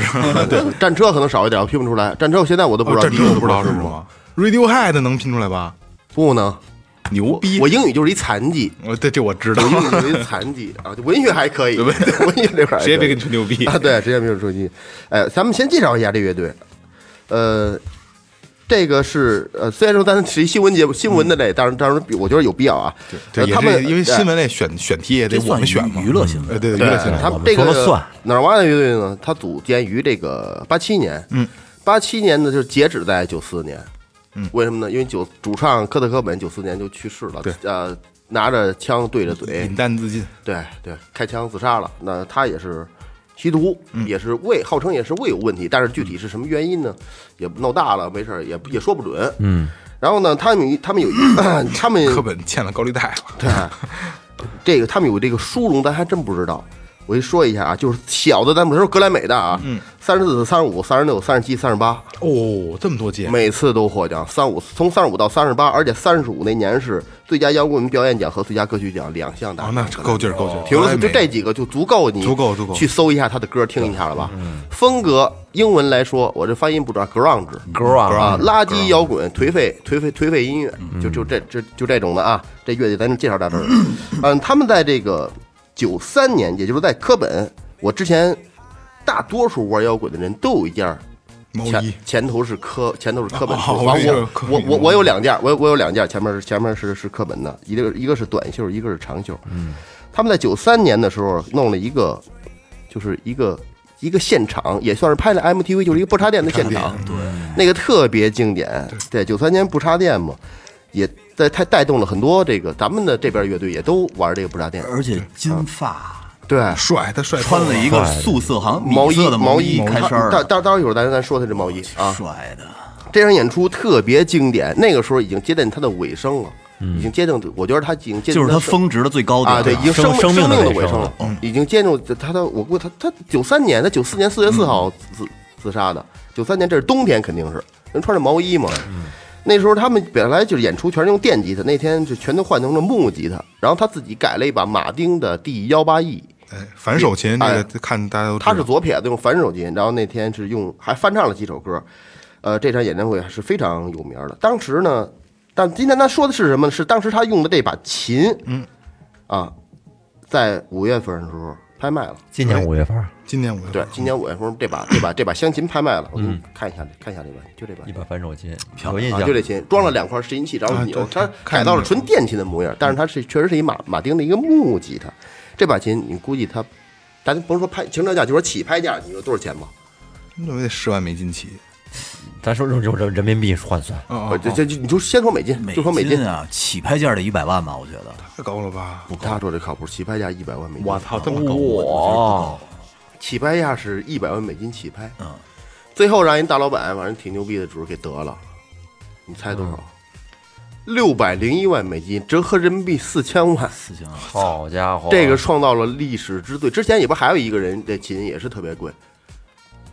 [SPEAKER 4] 对，战车可能少一点，我拼不出来。战车我现 在我都不知
[SPEAKER 3] 哦
[SPEAKER 4] 道，
[SPEAKER 3] 这
[SPEAKER 4] 第一
[SPEAKER 3] 真
[SPEAKER 4] 个
[SPEAKER 3] 的不知道
[SPEAKER 4] 是
[SPEAKER 3] 是
[SPEAKER 4] 什
[SPEAKER 3] 什
[SPEAKER 4] 么。
[SPEAKER 3] 么。Radiohead 能拼出来吧？
[SPEAKER 4] 不能，
[SPEAKER 3] 牛逼！
[SPEAKER 4] 我英语就是一 残疾，
[SPEAKER 3] 我对这我知
[SPEAKER 4] 我
[SPEAKER 3] 道，
[SPEAKER 4] 英语就是一残疾啊。就文学还可 以，文学这块儿还可以
[SPEAKER 3] 谁也别跟你吹牛逼。
[SPEAKER 4] 啊，对，直接没有手机。哎，咱们先介绍一下这乐队，呃，这个是呃，虽然说咱是一新闻节目，新闻的类，但是但是我觉得有必要啊。
[SPEAKER 3] 嗯对，
[SPEAKER 4] 呃
[SPEAKER 3] 也
[SPEAKER 4] 他
[SPEAKER 3] 是
[SPEAKER 4] 们
[SPEAKER 3] 因为
[SPEAKER 4] 哎
[SPEAKER 3] 新闻类选选题也得
[SPEAKER 2] 这
[SPEAKER 3] 我
[SPEAKER 2] 算
[SPEAKER 3] 们选嘛，
[SPEAKER 2] 娱乐新闻
[SPEAKER 3] 呃对对，
[SPEAKER 4] 对
[SPEAKER 3] 娱乐新闻。
[SPEAKER 4] 他
[SPEAKER 1] 哎我
[SPEAKER 4] 们
[SPEAKER 1] 们
[SPEAKER 4] 这
[SPEAKER 1] 说
[SPEAKER 4] 个
[SPEAKER 1] 了算
[SPEAKER 4] 哪儿挖的乐队呢？它组建于这个八七年，
[SPEAKER 3] 嗯，
[SPEAKER 4] 八七年呢就是截止在九四年，
[SPEAKER 3] 嗯
[SPEAKER 4] 为什么呢？因为九主唱科特·科本九四年就去世了，
[SPEAKER 3] 对嗯
[SPEAKER 4] 呃，拿着枪对着嘴
[SPEAKER 3] 饮，弹自尽，
[SPEAKER 4] 对对，开枪自杀了。那他也是吸毒，也是胃，号称也是胃有问题，但是具体是什么原因呢？也闹大了，没事儿，也也说不准。
[SPEAKER 1] 嗯，
[SPEAKER 4] 然后呢，他们有他们有一 他们
[SPEAKER 3] 课本欠了高利贷了。
[SPEAKER 4] 嗯对，啊这个他们有这个殊荣，咱还真不知道。我跟你说一下啊，就是小的，咱们说格莱美的啊，
[SPEAKER 3] 嗯
[SPEAKER 4] 三十四、三十五、三十六、三十七、三十八，
[SPEAKER 3] 哦，这么多届，
[SPEAKER 4] 每次都获奖。三五从三十五到三十八，而且三十五那年是最佳摇滚表演奖和最佳歌曲奖两项大
[SPEAKER 3] 哦
[SPEAKER 4] 奖。，
[SPEAKER 3] 那够劲儿，够劲儿。
[SPEAKER 4] 停了，
[SPEAKER 3] 哎
[SPEAKER 4] 就这几个就足够你
[SPEAKER 3] 足够足够嗯
[SPEAKER 4] 去搜一下他的歌听一下了吧。风格英文来说，我这发音不准，grunge
[SPEAKER 1] 歌啊，
[SPEAKER 3] 嗯
[SPEAKER 4] 啊，垃圾摇滚、颓废、颓废、颓废音乐，就就这这就这种的啊，这乐队咱就介绍 到这儿。嗯，他们在这个九三年，也就是在科本，我之前大多数玩摇滚的人都有一件儿
[SPEAKER 3] 毛
[SPEAKER 4] 前
[SPEAKER 3] 衣，
[SPEAKER 4] 前头是科，前头是科本，
[SPEAKER 3] 哦
[SPEAKER 4] 是吧
[SPEAKER 3] 我以为
[SPEAKER 4] 啊我
[SPEAKER 3] 科
[SPEAKER 4] 我
[SPEAKER 3] 本
[SPEAKER 4] 我我有两件儿，我有我有两件儿，前面是前面是是科本的，一个一个是短袖，一个是长袖。嗯，他们在九三年的时候弄了一个，就是一个一个现场，也算是拍了 MTV，就是一个不插电的现场，对，那个特别经典。对，九三年不插电嘛，也在它带动了很多这个咱们的这边乐队也都玩这个不插电，
[SPEAKER 2] 而且
[SPEAKER 4] 嗯
[SPEAKER 2] 金发，
[SPEAKER 4] 对。
[SPEAKER 3] 帅，他帅
[SPEAKER 2] 穿了一个素色，好像米色的
[SPEAKER 4] 毛
[SPEAKER 2] 衣开衫儿
[SPEAKER 4] 当
[SPEAKER 2] 的，
[SPEAKER 4] 当当一会儿咱咱说他这毛衣啊，
[SPEAKER 2] 帅的。
[SPEAKER 4] 这场演出特别经典，那个时候已经接近它的尾声了，已经接近，我觉得它已经接近
[SPEAKER 2] 就是
[SPEAKER 4] 它
[SPEAKER 2] 他峰值的最高点
[SPEAKER 4] 啊，对，已经
[SPEAKER 1] 生
[SPEAKER 4] 生
[SPEAKER 1] 生命的
[SPEAKER 4] 命的
[SPEAKER 1] 尾
[SPEAKER 4] 尾
[SPEAKER 1] 声
[SPEAKER 4] 声了
[SPEAKER 1] 了，
[SPEAKER 4] 已经接近它的，我估计它它九三年，它九四年四月四号自自杀的，九三年这是冬天肯定是，人穿着毛衣嘛。那时候他们本来就是演出全是用电吉他，那天就全都换成了木吉他，然后他自己改了一把马丁的 D 幺八 E，
[SPEAKER 3] 哎，反手琴，
[SPEAKER 4] 哎
[SPEAKER 3] 这个看大家都知道
[SPEAKER 4] 他是左撇子，用反手琴，然后那天是用还翻唱了几首歌，呃，这场演唱会还是非常有名的。当时呢，但今天他说的是什么呢？是当时他用的这把琴，嗯，啊，在五月份的时候拍卖了。
[SPEAKER 1] 今年五月份
[SPEAKER 3] 今年我
[SPEAKER 4] 对，今年五月份这把这把这把香琴拍卖了，我
[SPEAKER 3] 嗯
[SPEAKER 4] 给你看一下，看一下这把，就这把
[SPEAKER 1] 一，把反手琴，有印
[SPEAKER 4] 啊，
[SPEAKER 1] 象
[SPEAKER 4] 就，这琴，装了两块拾音器，然后
[SPEAKER 3] 啊
[SPEAKER 4] 扭，
[SPEAKER 3] 对
[SPEAKER 4] 它
[SPEAKER 3] 看
[SPEAKER 4] 改
[SPEAKER 3] 见
[SPEAKER 4] 到
[SPEAKER 3] 那个
[SPEAKER 4] 了
[SPEAKER 3] 嗯
[SPEAKER 4] 纯电琴的模样，但是它是确实是一马马丁的一个木吉他。这把琴你估计它，咱甭说拍平常价，就说起拍价，你说多少钱吧？
[SPEAKER 3] 那得十万美金起。
[SPEAKER 1] 咱说用用人人民币换算，
[SPEAKER 3] 哦，
[SPEAKER 4] 呃
[SPEAKER 3] 哦
[SPEAKER 4] 这这这你就先说美金，就说美金。
[SPEAKER 2] 啊，起拍价得一百万吧，我觉得。
[SPEAKER 3] 太高了吧？
[SPEAKER 4] 他说这靠谱，起拍价一百万美金。
[SPEAKER 1] 操，
[SPEAKER 3] 这么高
[SPEAKER 1] 哇，
[SPEAKER 4] 起拍价是一百万美金起拍。
[SPEAKER 2] 嗯，
[SPEAKER 4] 最后让人大老板，反正挺牛逼的主给得了，你猜多少？六百零一万美金，折合人民币四千万。
[SPEAKER 2] 嗯四千万，
[SPEAKER 1] 好家伙，
[SPEAKER 4] 这个创造了历史之最。之前也不还有一个人，这琴也是特别贵。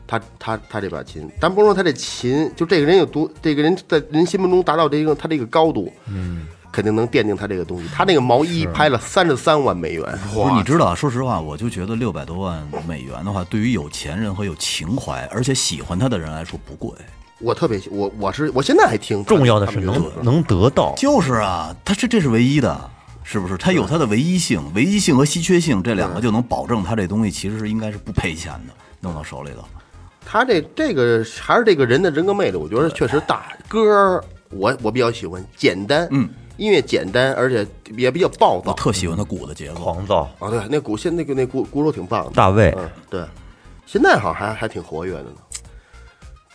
[SPEAKER 4] 他他他这把琴，咱不说他这琴，就这个人有多，这个人在人心目中达到这个他这个高度，嗯，肯定能奠定他这个东西。他那个毛衣拍了三十三万美元，
[SPEAKER 2] 不是你知道啊？说实话，我就觉得六百多万美元的话，对于有钱人和有情怀而且喜欢他的人来说不贵。
[SPEAKER 4] 我特别喜我我是我现在还听
[SPEAKER 1] 重要的是
[SPEAKER 4] 他们
[SPEAKER 1] 能
[SPEAKER 4] 乐队
[SPEAKER 1] 能得到，
[SPEAKER 2] 就是啊，他这这是唯一的，是不是？它有它的唯一性，唯一性和稀缺性这两个就能保证它这东西其实是应该是不赔钱的，弄到手里头。
[SPEAKER 4] 他这这个还是这个人的人格魅力，我觉得确实大。歌儿我我比较喜欢简单，嗯，音乐简单，而且也比较暴
[SPEAKER 2] 我
[SPEAKER 4] 躁
[SPEAKER 2] 特喜欢它鼓的结构，
[SPEAKER 1] 狂躁，
[SPEAKER 4] 啊。对，那鼓现那个那鼓鼓手挺棒的，
[SPEAKER 1] 大卫
[SPEAKER 4] 嗯，对，现在好像还还挺活跃的呢。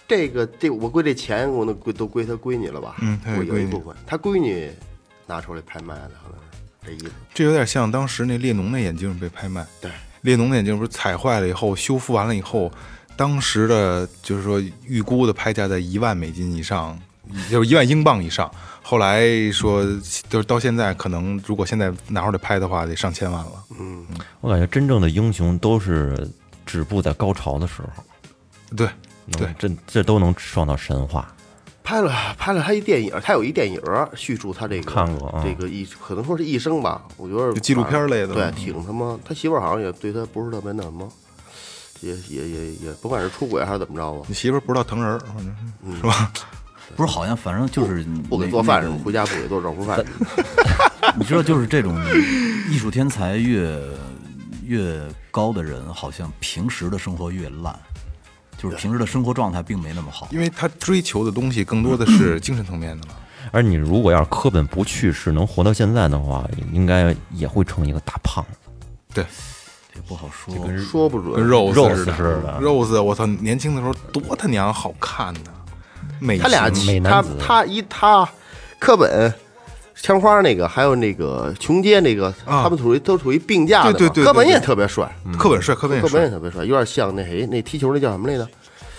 [SPEAKER 4] 这个这我归这钱，我那归都归他闺女了吧？
[SPEAKER 3] 嗯他有
[SPEAKER 4] 我有一
[SPEAKER 3] 闺女
[SPEAKER 4] 部分，他闺女拿出来拍卖了，好像是这意思。
[SPEAKER 3] 这有点像当时那列侬那眼镜被拍卖。
[SPEAKER 4] 对，
[SPEAKER 3] 列侬那眼镜不是踩坏了以后修复完了以后，当时的就是说预估的拍价在一万美金以上，就是一万英镑以上。后来说，就是到现在可能如果现在拿出来拍的话，得上千万了。
[SPEAKER 1] 我感觉真正的英雄都是止步在高潮的时候，
[SPEAKER 3] 对，
[SPEAKER 1] 能
[SPEAKER 3] 对
[SPEAKER 1] 这这都能创造神话。
[SPEAKER 4] 拍了拍了他一电影，他有一电影叙述他这个
[SPEAKER 1] 看过啊
[SPEAKER 4] 这个一可能说是一生吧，我觉得
[SPEAKER 3] 嗯就纪录片类的
[SPEAKER 4] 对，
[SPEAKER 3] 嗯
[SPEAKER 4] 挺他妈他媳妇儿好像也对他不是特别那什么，也也也也不管是出轨还是怎么着吧，
[SPEAKER 3] 你媳妇儿不知道疼人儿，反正是
[SPEAKER 2] 不是好像反正就是
[SPEAKER 4] 不给
[SPEAKER 2] 那
[SPEAKER 4] 做饭
[SPEAKER 2] 那
[SPEAKER 4] 什
[SPEAKER 2] 个
[SPEAKER 4] 么，回家不给做肉乎饭，
[SPEAKER 2] 你知道，就是这种艺术天才越越高的人，好像平时的生活越烂，就是平时的生活状态并没那么好。
[SPEAKER 3] 因为他追求的东西更多的是精神层面的了。
[SPEAKER 1] 而你如果要是科本不去世，能活到现在的话，应该也会成一个大胖子。
[SPEAKER 3] 对，
[SPEAKER 2] 也不好说。
[SPEAKER 4] 说不
[SPEAKER 3] 跟
[SPEAKER 4] 准。
[SPEAKER 3] Rose 似
[SPEAKER 1] Rose 似的
[SPEAKER 3] Rose，我操，年轻的时候多他娘好看呢，美
[SPEAKER 4] 他俩
[SPEAKER 3] 型
[SPEAKER 1] 美
[SPEAKER 3] 啊
[SPEAKER 4] 起他
[SPEAKER 1] 男子
[SPEAKER 4] 他一他课本。枪花那个，还有那个琼街那个，
[SPEAKER 3] 啊
[SPEAKER 4] 他们属于都属于并驾的嘛。
[SPEAKER 3] 对对对对
[SPEAKER 4] 柯本也
[SPEAKER 3] 对
[SPEAKER 4] 特别帅，
[SPEAKER 3] 课本帅，课本
[SPEAKER 4] 柯
[SPEAKER 3] 也
[SPEAKER 4] 本
[SPEAKER 3] 帅，
[SPEAKER 4] 也特别帅，有点像那谁那踢球那叫什么来着？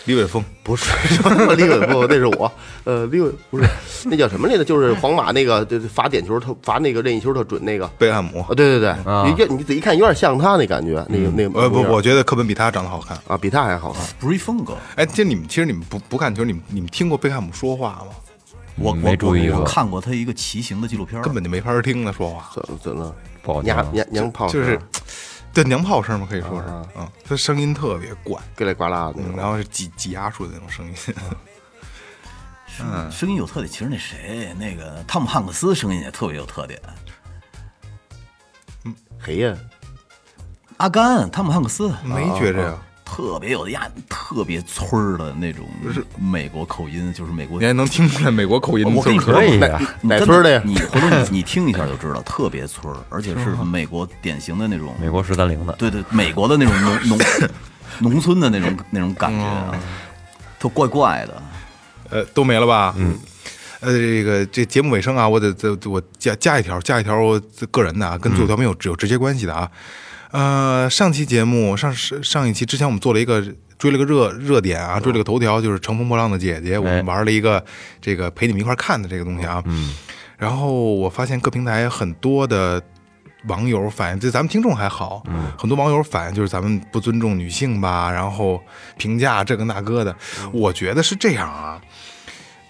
[SPEAKER 3] 李伟峰。
[SPEAKER 4] 不是 李伟不，那是我。呃，李伟不是，那叫什么来着？就是皇马那个，就是罚点球特罚那个任意球特准那个。
[SPEAKER 3] 贝汉姆
[SPEAKER 4] 啊，，对对对，
[SPEAKER 1] 啊
[SPEAKER 4] 你这你仔细看，有点像他那感觉，那个那个
[SPEAKER 3] 呃不，
[SPEAKER 4] 模样
[SPEAKER 3] 我觉得科本比他长得好看。
[SPEAKER 4] 啊，比他还好看。
[SPEAKER 2] 不是一风格，
[SPEAKER 3] 哎，其实你们其实你们不不看球，你们你们听过贝克汉姆说话吗？
[SPEAKER 2] 我
[SPEAKER 1] 没
[SPEAKER 2] 我
[SPEAKER 1] 注意
[SPEAKER 2] 我
[SPEAKER 1] 过
[SPEAKER 2] 我看过他一个骑行的纪录片儿，
[SPEAKER 3] 根本就没法听他说话，
[SPEAKER 4] 怎怎了？
[SPEAKER 1] 不好听啊
[SPEAKER 4] 娘娘娘炮
[SPEAKER 3] 就是
[SPEAKER 4] 吧
[SPEAKER 3] 对娘炮声嘛，可以说是
[SPEAKER 4] 啊，
[SPEAKER 3] 嗯，他声音特别怪，
[SPEAKER 4] 咯里呱啦的那
[SPEAKER 3] 嗯啊
[SPEAKER 4] 种。
[SPEAKER 3] 然后是挤挤压出的那种声音。
[SPEAKER 2] 嗯声音有特点。其实那谁，那个汤姆汉克斯声音也特别有特点。
[SPEAKER 4] 谁呀？
[SPEAKER 2] 阿甘，汤姆汉克斯
[SPEAKER 3] 没觉着呀，
[SPEAKER 2] 特别有呀，特别村儿的那种美国口音，就是美国
[SPEAKER 3] 你还能听出来美国口音？
[SPEAKER 2] 我跟你
[SPEAKER 3] 就是
[SPEAKER 1] 可以啊呀、
[SPEAKER 4] 哪村儿的呀
[SPEAKER 2] 你回头你你听一下就知道，特别村儿，而且是美国典型的那种，
[SPEAKER 1] 美国十三陵的，
[SPEAKER 2] 对对，美国的那种农农农村的那种那种感觉啊，都怪怪的。
[SPEAKER 3] 呃，都没了吧？嗯。呃，这个这节目尾声啊，我得再我加加一条，加一条我个人的啊，跟最后条没有有直接关系的啊。呃，上期节目上上一期之前，我们做了一个追了个热热点啊，追了个头条，就是《乘风破浪的姐姐》，我们玩了一个这个陪你们一块儿看的这个东西啊。哎嗯。然后我发现各平台很多的网友反映，这咱们听众还好，很多网友反映就是咱们不尊重女性吧，然后评价这个那个的。我觉得是这样啊，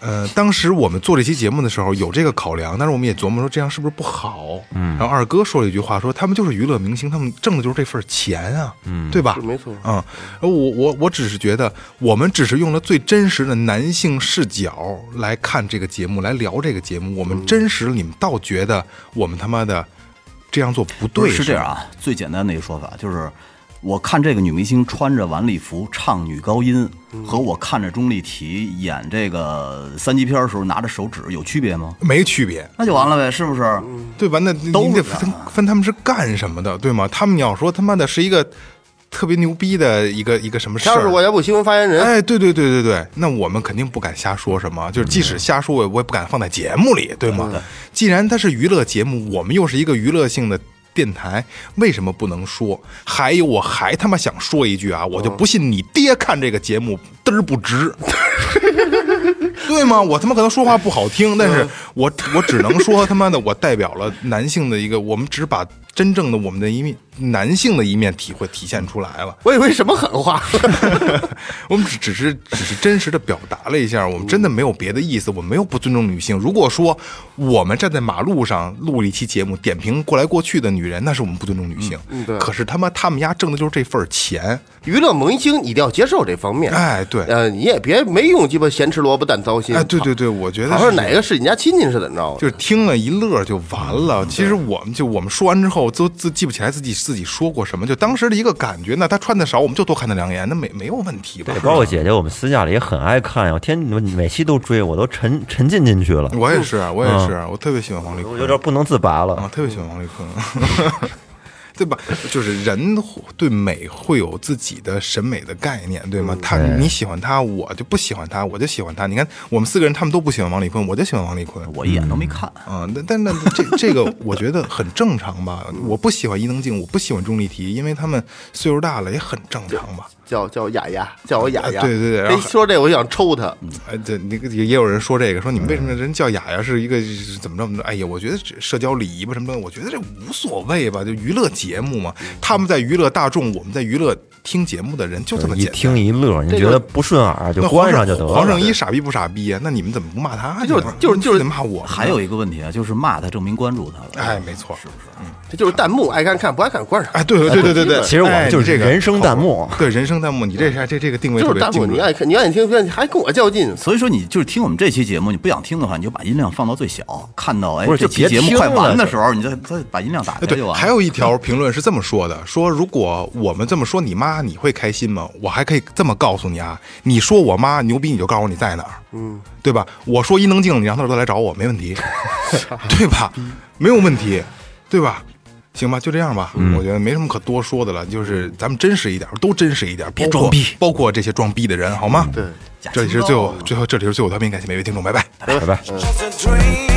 [SPEAKER 3] 呃，当时我们做这期节目的时候有这个考量，但是我们也琢磨说这样是不是不好。嗯，然后二哥说了一句话，说他们就是娱乐明星，他们挣的就是这份钱啊，嗯，对吧
[SPEAKER 4] 是？没错
[SPEAKER 3] 嗯，我我我只是觉得，我们只是用了最真实的男性视角来看这个节目，来聊这个节目。我
[SPEAKER 2] 嗯
[SPEAKER 3] 们真实，你们倒觉得我们他妈的这样做不
[SPEAKER 2] 不
[SPEAKER 3] 对，
[SPEAKER 2] 是是这样啊，最简单的一个说法就是，我看这个女明星穿着晚礼服唱女高音，和我看着钟丽缇演这个三级片儿的时候拿着手指有区别吗？
[SPEAKER 3] 没区别。
[SPEAKER 2] 那就完了呗，是不是？
[SPEAKER 3] 对吧？那你
[SPEAKER 2] 都
[SPEAKER 3] 你得
[SPEAKER 2] 是啊
[SPEAKER 3] 分分他们是干什么的，对吗？他们要说他妈的是一个特别牛逼的一个一个什么事
[SPEAKER 4] 他
[SPEAKER 3] 儿
[SPEAKER 4] 是，国家部新闻发言人，
[SPEAKER 3] 哎，对对对对对，那我们肯定不敢瞎说什么，就是即使瞎说，我也我也不敢放在节目里，对吗？既然它是娱乐节目，我们又是一个娱乐性的。电台为什么不能说？还有，我还他妈想说一句啊，我就不信你爹看这个节目嘚儿不值， 对吗？我他妈可能说话不好听，但是我我只能说他妈的，我代表了男性的一个，我们只把真正的我们的一面，男性的一面体会体现出来了。
[SPEAKER 4] 我以为什么狠话，
[SPEAKER 3] 我们只只是只是真实的表达了一下，我们真的没有别的意思，我们没有不尊重女性。如果说我们站在马路上录了一期节目，点评过来过去的女人，那是我们不尊重女性。
[SPEAKER 4] 嗯嗯对
[SPEAKER 3] 可是他妈他们家挣的就是这份儿钱，
[SPEAKER 4] 娱乐明星你一定要接受这方面。
[SPEAKER 3] 哎对
[SPEAKER 4] 呃，你也别没用鸡巴咸吃萝卜淡操心。
[SPEAKER 3] 哎，对对对，我觉得
[SPEAKER 4] 好
[SPEAKER 3] 是嗯
[SPEAKER 4] 像哪个是你家亲戚是怎么着的？
[SPEAKER 3] 就是听了一乐就完了。其实我们就我们说完之后，都自记不起来自己自己说过什么，就当时的一个感觉。那他穿的少，我们就多看他两眼，那没没有问题吧？
[SPEAKER 1] 包括姐姐，我们私下里也很爱看呀，我天，每期都追，我都沉沉浸进去了，
[SPEAKER 3] 我也是，我也是，我特别喜欢王丽
[SPEAKER 1] 我
[SPEAKER 3] 坤，
[SPEAKER 1] 有点不能自拔了
[SPEAKER 3] 啊，。特别喜欢王丽坤， 对吧？就是人对美会有自己的审美的概念，对吗？他你喜欢他，我就不喜欢他，我就喜欢他。你看我们四个人，他们都不喜欢王丽坤，我就喜欢王丽坤。
[SPEAKER 2] 我一眼都没看。
[SPEAKER 3] 啊、但但那这这个我觉得很正常吧。我不喜欢伊能静，我不喜欢钟丽缇，因为他们岁数大了也很正常吧。
[SPEAKER 4] 叫叫雅雅，叫我雅
[SPEAKER 3] 哎
[SPEAKER 4] 雅。
[SPEAKER 3] 对对对然后
[SPEAKER 4] 一说这我就想抽他。
[SPEAKER 3] 哎，对，那个也也有人说这个，说你们为什么人叫雅雅是一个是怎么着怎么着？哎呀，我觉得这社交礼仪吧什么的，我觉得这无所谓吧，就娱乐节目
[SPEAKER 1] 嗯
[SPEAKER 3] 嘛。他们在娱乐大众，我们在娱乐听节目的人，就这么
[SPEAKER 1] 一
[SPEAKER 3] 简单。
[SPEAKER 1] 听一乐，你觉得不顺耳就
[SPEAKER 3] 那
[SPEAKER 1] 关
[SPEAKER 3] 黄
[SPEAKER 1] 上
[SPEAKER 3] 圣
[SPEAKER 1] 就得了。
[SPEAKER 3] 黄圣依傻逼不傻逼呀？那你们怎么不骂他呢？
[SPEAKER 4] 就是就是就是
[SPEAKER 3] 你们非得骂我呢。
[SPEAKER 2] 还有一个问题啊，就是骂他证明关注他了。
[SPEAKER 3] 哎，没错，
[SPEAKER 2] 是不是？
[SPEAKER 4] 这就是弹幕，爱看看，不爱看关上。
[SPEAKER 3] 哎，对对对对对对，
[SPEAKER 1] 其实我
[SPEAKER 3] 哎
[SPEAKER 1] 们就是
[SPEAKER 3] 你这个
[SPEAKER 1] 人生弹幕
[SPEAKER 3] 好对人生弹幕，你这下这这个定位
[SPEAKER 4] 就
[SPEAKER 3] 特别
[SPEAKER 4] 是弹幕，
[SPEAKER 3] 精
[SPEAKER 4] 你
[SPEAKER 3] 准。
[SPEAKER 4] 爱看，你爱听，你还跟我较劲。
[SPEAKER 2] 所以说，你就是听我们这期节目，你不想听的话，你就把音量放到最小，看到哎
[SPEAKER 1] 不，是
[SPEAKER 2] 这
[SPEAKER 1] 就
[SPEAKER 2] 期
[SPEAKER 1] 别
[SPEAKER 2] 节目
[SPEAKER 1] 听
[SPEAKER 2] 快完
[SPEAKER 1] 了
[SPEAKER 2] 的
[SPEAKER 1] 就
[SPEAKER 2] 时候，你再再把音量打开
[SPEAKER 3] 哎，
[SPEAKER 2] 就
[SPEAKER 3] 对，
[SPEAKER 2] 完了。
[SPEAKER 3] 还有一条评论是这么说的：说如果我们这么说你妈，你会开心吗？我还可以这么告诉你啊，你说我妈牛逼，你就告诉我你在哪儿，嗯，对吧？我说伊能静，你让她都来找我，没问 题，对吧？没有问题，对吧？行吧，就这样吧，
[SPEAKER 2] 嗯
[SPEAKER 3] 我觉得没什么可多说的了，就是咱们真实一点，都真实一点，别
[SPEAKER 2] 装逼
[SPEAKER 3] 包括这些装逼的人，好吗？对
[SPEAKER 4] 对，
[SPEAKER 2] 假啊
[SPEAKER 3] 这里
[SPEAKER 2] 清
[SPEAKER 3] 是最
[SPEAKER 2] 高
[SPEAKER 3] 后最后，这里是最后调频，感谢每位听众，拜拜。
[SPEAKER 1] 拜拜。
[SPEAKER 5] was a dream.